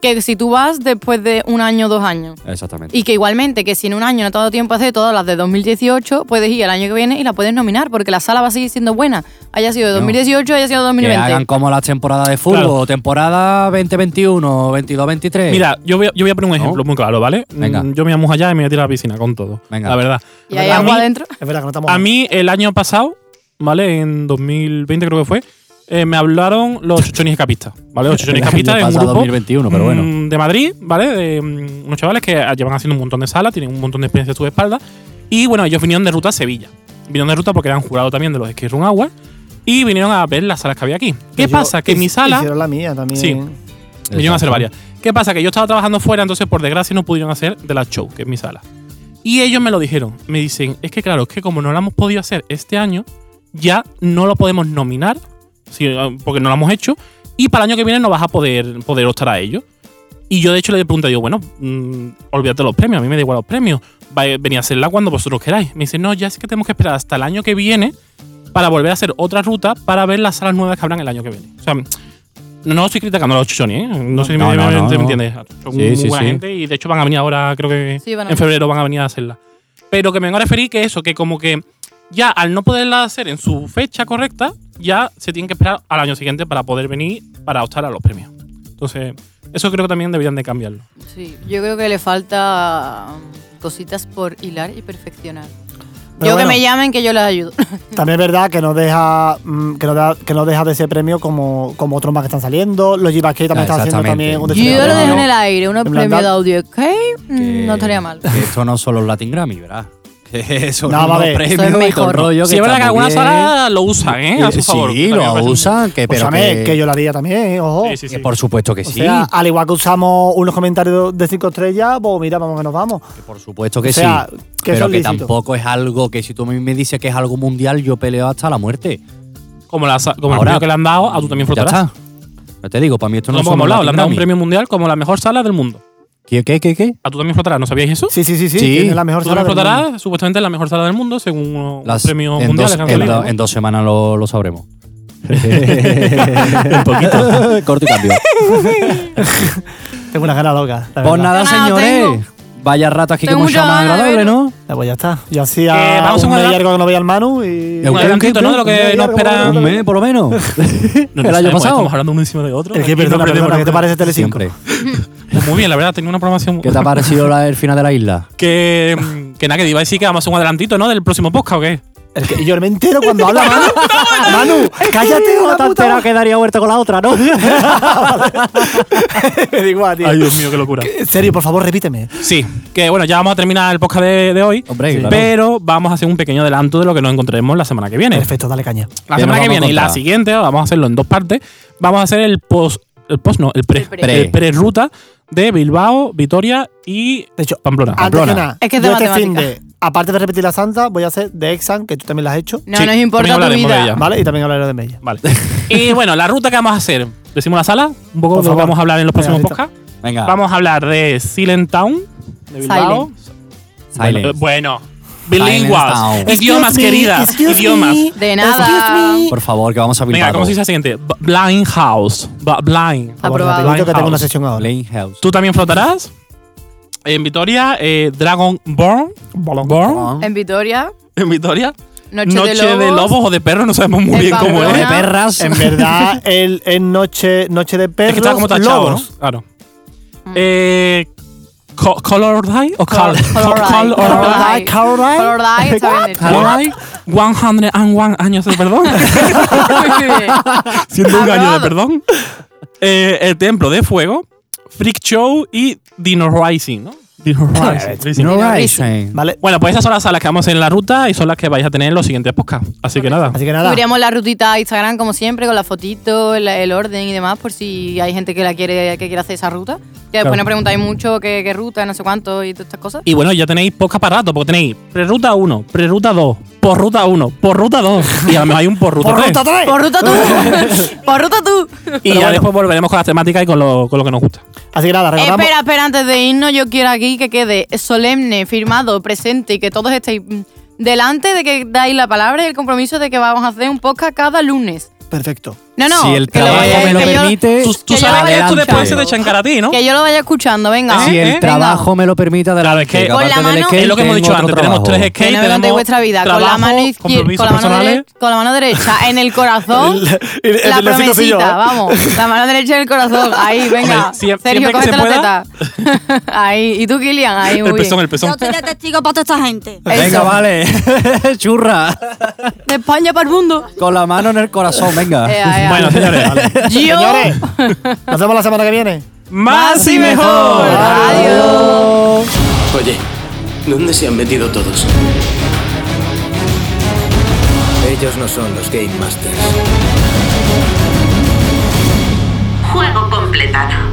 [SPEAKER 2] que si tú vas después de un año o dos años.
[SPEAKER 3] Exactamente.
[SPEAKER 2] Y que igualmente, que si en un año no te ha dado tiempo a hacer todas las de 2018, puedes ir el año que viene y la puedes nominar, porque la sala va a seguir siendo buena. Haya sido de
[SPEAKER 3] No.
[SPEAKER 2] 2018, haya sido de
[SPEAKER 3] que
[SPEAKER 2] 2020.
[SPEAKER 3] hagan como las temporadas de fútbol,
[SPEAKER 4] Claro.
[SPEAKER 3] temporada 2021, 22-23.
[SPEAKER 4] Mira, yo voy, a- yo voy a poner un ejemplo muy claro, ¿vale?
[SPEAKER 3] Eh. Venga.
[SPEAKER 4] Mm, Yo me voy a mojar allá y me voy a tirar a la piscina con todo.
[SPEAKER 3] Venga.
[SPEAKER 4] La verdad.
[SPEAKER 2] y hay
[SPEAKER 1] A
[SPEAKER 2] agua
[SPEAKER 1] mí-
[SPEAKER 2] adentro.
[SPEAKER 1] Es verdad que no estamos.
[SPEAKER 4] A mí, el año pasado, ¿vale? En 2020 creo que fue, eh, me hablaron los chochones escapistas, ¿vale? Los chochones
[SPEAKER 3] El año
[SPEAKER 4] escapistas es un
[SPEAKER 3] pasado,
[SPEAKER 4] grupo
[SPEAKER 3] 2021, pero bueno.
[SPEAKER 4] mm, de Madrid, ¿vale? De, mm, unos chavales que llevan haciendo un montón de salas, tienen un montón de experiencia a sus espaldas. Y bueno, ellos vinieron de ruta a Sevilla. Vinieron de ruta porque eran jurado también de los Skate Room Awards y vinieron a ver las salas que había aquí. ¿Qué
[SPEAKER 3] Pues
[SPEAKER 1] Yo-
[SPEAKER 4] pasa? Que en
[SPEAKER 1] hic-
[SPEAKER 4] mi sala...
[SPEAKER 1] Hicieron la mía también.
[SPEAKER 4] Sí. Vinieron a hacer
[SPEAKER 3] Exacto.
[SPEAKER 4] varias. ¿Qué pasa? Que yo estaba trabajando fuera, entonces por desgracia no pudieron hacer de la show, que es mi sala. Y ellos me lo dijeron. Me dicen, es que claro, es que como no la hemos podido hacer este año, ya no lo podemos nominar, sí, ah, porque no lo hemos hecho, y para el año que viene no vas a poder, poder optar a ellos. Y yo de hecho le pregunté, digo, bueno, mm, olvídate los premios, a mí me da igual los premios, va- venid a hacerla cuando vosotros queráis. Me dicen, no, ya es que tenemos que esperar hasta el año que viene para volver a hacer otra ruta para ver las salas nuevas que habrán el año que viene. O sea, no estoy criticando a los chichones, ¿eh? No sé si
[SPEAKER 3] No,
[SPEAKER 4] me,
[SPEAKER 3] no,
[SPEAKER 4] me-
[SPEAKER 3] no,
[SPEAKER 4] me
[SPEAKER 3] no.
[SPEAKER 4] entiendes. Son
[SPEAKER 3] Sí,
[SPEAKER 4] muy
[SPEAKER 3] sí,
[SPEAKER 4] buena
[SPEAKER 3] sí.
[SPEAKER 4] gente y de hecho van a venir ahora, creo que
[SPEAKER 2] Sí, van a
[SPEAKER 4] en
[SPEAKER 2] venir.
[SPEAKER 4] febrero van a venir a hacerla. Pero que me vengo a referir que eso, que como que ya al no poderla hacer en su fecha correcta, ya se tienen que esperar al año siguiente para poder venir para optar a los premios. Entonces, eso creo que también deberían de cambiarlo.
[SPEAKER 2] Sí, yo creo que le falta um, cositas por hilar y perfeccionar.
[SPEAKER 1] Pero
[SPEAKER 2] yo que
[SPEAKER 1] bueno.
[SPEAKER 2] me llamen, que yo les ayudo.
[SPEAKER 1] También es verdad que no deja mm, que no, da- que no deja de ese premio como, como otros más que están saliendo. Los Jivas que también
[SPEAKER 3] Ah,
[SPEAKER 1] están haciendo
[SPEAKER 3] exactamente.
[SPEAKER 1] también un
[SPEAKER 2] Yo
[SPEAKER 3] Sí,
[SPEAKER 1] desfile
[SPEAKER 2] lo
[SPEAKER 3] claro,
[SPEAKER 2] dejo
[SPEAKER 1] de-
[SPEAKER 2] en el aire, unos
[SPEAKER 1] En
[SPEAKER 2] premios
[SPEAKER 1] plan,
[SPEAKER 2] de audio, ¿ok?
[SPEAKER 3] Que-
[SPEAKER 2] Mm, No estaría mal.
[SPEAKER 3] que Esto no son los Latin Grammy, ¿verdad? Que Son
[SPEAKER 1] No, va a
[SPEAKER 3] unos
[SPEAKER 1] ver.
[SPEAKER 2] Eso es
[SPEAKER 3] premios y todo
[SPEAKER 2] mejor.
[SPEAKER 3] el rollo.
[SPEAKER 4] Si es verdad que
[SPEAKER 3] está muy
[SPEAKER 4] algunas
[SPEAKER 3] bien.
[SPEAKER 4] salas lo usan, ¿eh? A su
[SPEAKER 3] Sí,
[SPEAKER 4] favor. que
[SPEAKER 3] Sí,
[SPEAKER 4] también me
[SPEAKER 3] lo
[SPEAKER 4] parece-
[SPEAKER 3] usan, que, Eh, pero
[SPEAKER 1] Escúchame,
[SPEAKER 3] que,
[SPEAKER 1] que yo la haría también, eh, ojo.
[SPEAKER 4] Sí, sí,
[SPEAKER 3] que
[SPEAKER 4] sí.
[SPEAKER 3] por supuesto que
[SPEAKER 1] O
[SPEAKER 3] sí.
[SPEAKER 1] sea, al igual que usamos unos comentarios de cinco estrellas, pues mira, vamos que nos vamos.
[SPEAKER 3] que por supuesto que
[SPEAKER 1] o sea,
[SPEAKER 3] sí.
[SPEAKER 1] que
[SPEAKER 3] pero
[SPEAKER 1] son
[SPEAKER 3] que
[SPEAKER 1] lícitos.
[SPEAKER 3] tampoco es algo que si tú me me dices que es algo mundial, yo peleo hasta la muerte.
[SPEAKER 4] Como, la sa- como el
[SPEAKER 3] Ahora-
[SPEAKER 4] premio que le han dado, a tú también
[SPEAKER 3] Ya
[SPEAKER 4] frotarás.
[SPEAKER 3] está. Ya te digo, para mí esto no
[SPEAKER 4] No
[SPEAKER 3] es
[SPEAKER 4] hemos
[SPEAKER 3] un
[SPEAKER 4] hablado, le han dado un premio mundial como la mejor sala del mundo.
[SPEAKER 3] ¿Qué, qué, qué? qué?
[SPEAKER 4] A tú también flotarás, ¿no sabíais eso?
[SPEAKER 1] Sí, sí, sí, sí.
[SPEAKER 3] Sí.
[SPEAKER 1] Tiene la mejor
[SPEAKER 4] Tú también
[SPEAKER 1] sala del mundo.
[SPEAKER 4] flotarás, supuestamente la mejor sala del mundo, según unos
[SPEAKER 3] Las-
[SPEAKER 4] premios
[SPEAKER 3] en
[SPEAKER 4] mundiales.
[SPEAKER 3] Dos,
[SPEAKER 4] que han
[SPEAKER 3] en,
[SPEAKER 4] salido,
[SPEAKER 3] do-
[SPEAKER 4] ¿no?
[SPEAKER 3] en dos semanas lo, lo sabremos. un poquito. Corto y cambio.
[SPEAKER 1] Tengo una gana loca. la
[SPEAKER 3] Pues
[SPEAKER 1] verdad.
[SPEAKER 3] nada,
[SPEAKER 2] Nada,
[SPEAKER 3] señores.
[SPEAKER 2] tengo.
[SPEAKER 3] Vaya rato aquí que
[SPEAKER 2] Tengo
[SPEAKER 3] mucho
[SPEAKER 2] mucha
[SPEAKER 3] más
[SPEAKER 2] gana de
[SPEAKER 3] agradable,
[SPEAKER 2] verlo.
[SPEAKER 3] ¿no?
[SPEAKER 1] Ya, pues ya está. Yo hacía
[SPEAKER 4] Eh, vamos a
[SPEAKER 1] un mes
[SPEAKER 4] guardar-
[SPEAKER 1] y algo que no veía al Manu y...
[SPEAKER 3] Un
[SPEAKER 4] Un adelantito, ¿no? De lo que
[SPEAKER 1] Un
[SPEAKER 4] nos
[SPEAKER 1] adelanto,
[SPEAKER 4] espera.
[SPEAKER 3] Un mes, por lo menos.
[SPEAKER 4] No, no
[SPEAKER 3] el
[SPEAKER 4] sabemos,
[SPEAKER 3] año pasado.
[SPEAKER 4] Estamos hablando uno encima de otro.
[SPEAKER 1] Es que,
[SPEAKER 4] Aquí no
[SPEAKER 1] perdona,
[SPEAKER 4] perdemos
[SPEAKER 1] perdona,
[SPEAKER 4] la
[SPEAKER 1] ¿qué te parece este Telecinco?
[SPEAKER 3] Siempre.
[SPEAKER 4] Pues Muy bien, la verdad, tenía una programación.
[SPEAKER 3] ¿Qué te ha parecido la- el final de la isla?
[SPEAKER 4] Que, mm, que nada, que diga, sí que vamos a hacer un adelantito, ¿no? Del próximo podcast, ¿o qué?
[SPEAKER 1] El que- yo me entero cuando habla Manu. Manu, cállate una puta.
[SPEAKER 3] que daría vuelta con la otra, ¿no?
[SPEAKER 1] Me da igual, tío.
[SPEAKER 4] Ay, Dios mío, qué locura.
[SPEAKER 1] En serio, Eh, por favor, repíteme.
[SPEAKER 4] Sí, que bueno, ya vamos a terminar el podcast de, de hoy.
[SPEAKER 3] Hombre, claro.
[SPEAKER 4] Pero vamos a hacer un pequeño adelanto de lo que nos encontraremos la semana que viene.
[SPEAKER 1] Perfecto, dale caña.
[SPEAKER 4] La
[SPEAKER 3] ¿Qué
[SPEAKER 4] semana que
[SPEAKER 3] nos vamos a
[SPEAKER 4] viene y la
[SPEAKER 3] encontrar?
[SPEAKER 4] siguiente, vamos a hacerlo en dos partes. Vamos a hacer el post, el post no, el pre,
[SPEAKER 2] El pre.
[SPEAKER 4] el pre-ruta de Bilbao, Vitoria y
[SPEAKER 1] De hecho,
[SPEAKER 4] Pamplona.
[SPEAKER 1] Antes que
[SPEAKER 3] Pamplona.
[SPEAKER 1] nada,
[SPEAKER 2] Es que es de
[SPEAKER 1] yo este
[SPEAKER 2] matemática.
[SPEAKER 1] finde, aparte de repetir la santa, voy a hacer de Exan, que tú también la has hecho,
[SPEAKER 2] No nos
[SPEAKER 4] Sí, también
[SPEAKER 2] importa tu
[SPEAKER 4] hablaremos de
[SPEAKER 2] vida.
[SPEAKER 4] ella.
[SPEAKER 1] ¿vale? Y también hablaré de Mella.
[SPEAKER 4] Vale. y bueno, la ruta que vamos a hacer, decimos la sala, un poco
[SPEAKER 1] Por
[SPEAKER 4] de lo que
[SPEAKER 1] favor.
[SPEAKER 4] vamos a hablar en los
[SPEAKER 1] Venga,
[SPEAKER 4] próximos
[SPEAKER 1] listo.
[SPEAKER 4] podcasts.
[SPEAKER 3] Venga.
[SPEAKER 4] Vamos a hablar de Silent Town, de Bilbao.
[SPEAKER 3] Silence.
[SPEAKER 4] Bueno, eh, Bueno,
[SPEAKER 3] Town.
[SPEAKER 4] bilingües, idiomas,
[SPEAKER 1] Excuse me,
[SPEAKER 4] queridas,
[SPEAKER 1] excuse me.
[SPEAKER 4] idiomas.
[SPEAKER 2] De nada.
[SPEAKER 3] Por favor, que vamos a Bilbao.
[SPEAKER 4] Venga, ¿cómo se dice la siguiente? B- Blind House. B- Blind.
[SPEAKER 2] Aprobado.
[SPEAKER 1] Yo que tengo una
[SPEAKER 4] House.
[SPEAKER 1] sesión ahora.
[SPEAKER 3] Lane House.
[SPEAKER 4] ¿Tú también flotarás? En Vitoria, eh, Dragonborn. Born.
[SPEAKER 2] En Vitoria,
[SPEAKER 4] En Vitoria.
[SPEAKER 2] Noche,
[SPEAKER 4] Noche de, lobos. o de perros, no sabemos muy
[SPEAKER 2] En
[SPEAKER 4] bien cómo
[SPEAKER 2] Pamplona.
[SPEAKER 4] es.
[SPEAKER 3] De perras.
[SPEAKER 4] eh,
[SPEAKER 1] En verdad, el, es noche, noche de perros,
[SPEAKER 4] Es que está como tachado,
[SPEAKER 1] lobos.
[SPEAKER 4] ¿no? Claro.
[SPEAKER 1] Mm.
[SPEAKER 4] Eh, co- color die o col-
[SPEAKER 2] Color-
[SPEAKER 4] co-
[SPEAKER 2] color die.
[SPEAKER 4] color die.
[SPEAKER 2] Ay.
[SPEAKER 1] Caroline.
[SPEAKER 2] Florida, está bien dicho.
[SPEAKER 4] Color die. 101 años de perdón.
[SPEAKER 2] Muy bien.
[SPEAKER 4] Siendo un año de
[SPEAKER 2] Aprobado.
[SPEAKER 4] perdón. Eh, el templo de fuego, Freak Show y Dino Rising, ¿no? Dino Rise, sí.
[SPEAKER 3] No eh.
[SPEAKER 2] Dino
[SPEAKER 3] Rise.
[SPEAKER 1] ¿Vale?
[SPEAKER 4] Bueno, pues esas son las salas que vamos a hacer en la ruta y son las que vais a tener en los siguientes podcasts. Así que nada.
[SPEAKER 1] Así que nada.
[SPEAKER 2] Subiremos la rutita a Instagram como siempre con la fotito, el, el orden y demás por si hay gente que la quiere que quiere hacer esa ruta. Que después
[SPEAKER 4] Claro.
[SPEAKER 2] nos preguntáis mucho qué, qué ruta, no sé cuánto y todas estas cosas.
[SPEAKER 4] Y bueno, ya tenéis podcast para rato, porque tenéis preruta 1, preruta 2, por ruta 1, por ruta 2. Y a lo mejor hay un por ruta
[SPEAKER 1] ¡Por
[SPEAKER 4] 3.
[SPEAKER 1] ruta tres!
[SPEAKER 2] ¡Por ruta tú! ¡Por ruta tú!
[SPEAKER 4] Y ya
[SPEAKER 1] Pero bueno.
[SPEAKER 4] después volveremos con las temáticas y con lo, con lo que nos gusta.
[SPEAKER 1] Así que nada, recordamos.
[SPEAKER 2] Espera, espera, antes de irnos yo quiero aquí que quede solemne, firmado, presente y que todos estéis mm, delante de que dais la palabra y el compromiso de que vamos a hacer un podcast cada lunes.
[SPEAKER 1] Perfecto.
[SPEAKER 2] No, no.
[SPEAKER 3] si el
[SPEAKER 2] que lo
[SPEAKER 3] trabajo
[SPEAKER 2] vaya-
[SPEAKER 3] me lo
[SPEAKER 2] que yo-
[SPEAKER 3] permite,
[SPEAKER 4] Tú, tú
[SPEAKER 2] que yo
[SPEAKER 4] sabes
[SPEAKER 2] vaya
[SPEAKER 4] que esto
[SPEAKER 2] escuchando.
[SPEAKER 4] después se te echancar a ti, ¿no?
[SPEAKER 2] Que yo lo vaya escuchando, venga.
[SPEAKER 3] Si el
[SPEAKER 2] Venga.
[SPEAKER 3] trabajo me lo permite, adelante.
[SPEAKER 4] eh, Claro, es que-
[SPEAKER 3] que
[SPEAKER 2] Con la
[SPEAKER 3] aparte del
[SPEAKER 2] mano-
[SPEAKER 3] skate,
[SPEAKER 4] es lo que hemos
[SPEAKER 3] tengo
[SPEAKER 4] dicho
[SPEAKER 3] otro
[SPEAKER 4] antes.
[SPEAKER 3] trabajo.
[SPEAKER 4] Tenemos tres skates,
[SPEAKER 2] Que no me contéis
[SPEAKER 4] tenemos
[SPEAKER 2] vuestra vida.
[SPEAKER 4] trabajo,
[SPEAKER 2] con la mano izquierda,
[SPEAKER 4] compromisos
[SPEAKER 2] con la mano,
[SPEAKER 4] personales.
[SPEAKER 2] dere- con la mano derecha, en el corazón.
[SPEAKER 1] El- el-
[SPEAKER 2] la
[SPEAKER 1] el hocico pillo, ¿eh?
[SPEAKER 2] promesita, vamos. La mano derecha en el corazón. Ahí, venga.
[SPEAKER 4] Hombre,
[SPEAKER 2] Sergio,
[SPEAKER 4] siem- siempre que
[SPEAKER 2] cógete
[SPEAKER 4] se
[SPEAKER 2] la teta. ahí. Y tú, Kilian, ahí, muy
[SPEAKER 4] El pezón,
[SPEAKER 2] bien.
[SPEAKER 4] el
[SPEAKER 7] Yo
[SPEAKER 4] pezón.
[SPEAKER 7] estoy de testigo para toda esta gente.
[SPEAKER 3] Venga,
[SPEAKER 2] Eso.
[SPEAKER 3] vale. Churra.
[SPEAKER 2] De España para el mundo.
[SPEAKER 3] Con la mano en el corazón, venga.
[SPEAKER 2] Eh, eh, eh.
[SPEAKER 4] Bueno, señores,
[SPEAKER 2] Yo.
[SPEAKER 1] Señores, nos vemos la semana que viene.
[SPEAKER 4] más y mejor.
[SPEAKER 2] Adiós.
[SPEAKER 8] Oye, ¿dónde se han metido todos?
[SPEAKER 9] Ellos no son los Game Masters.
[SPEAKER 10] Juego completado.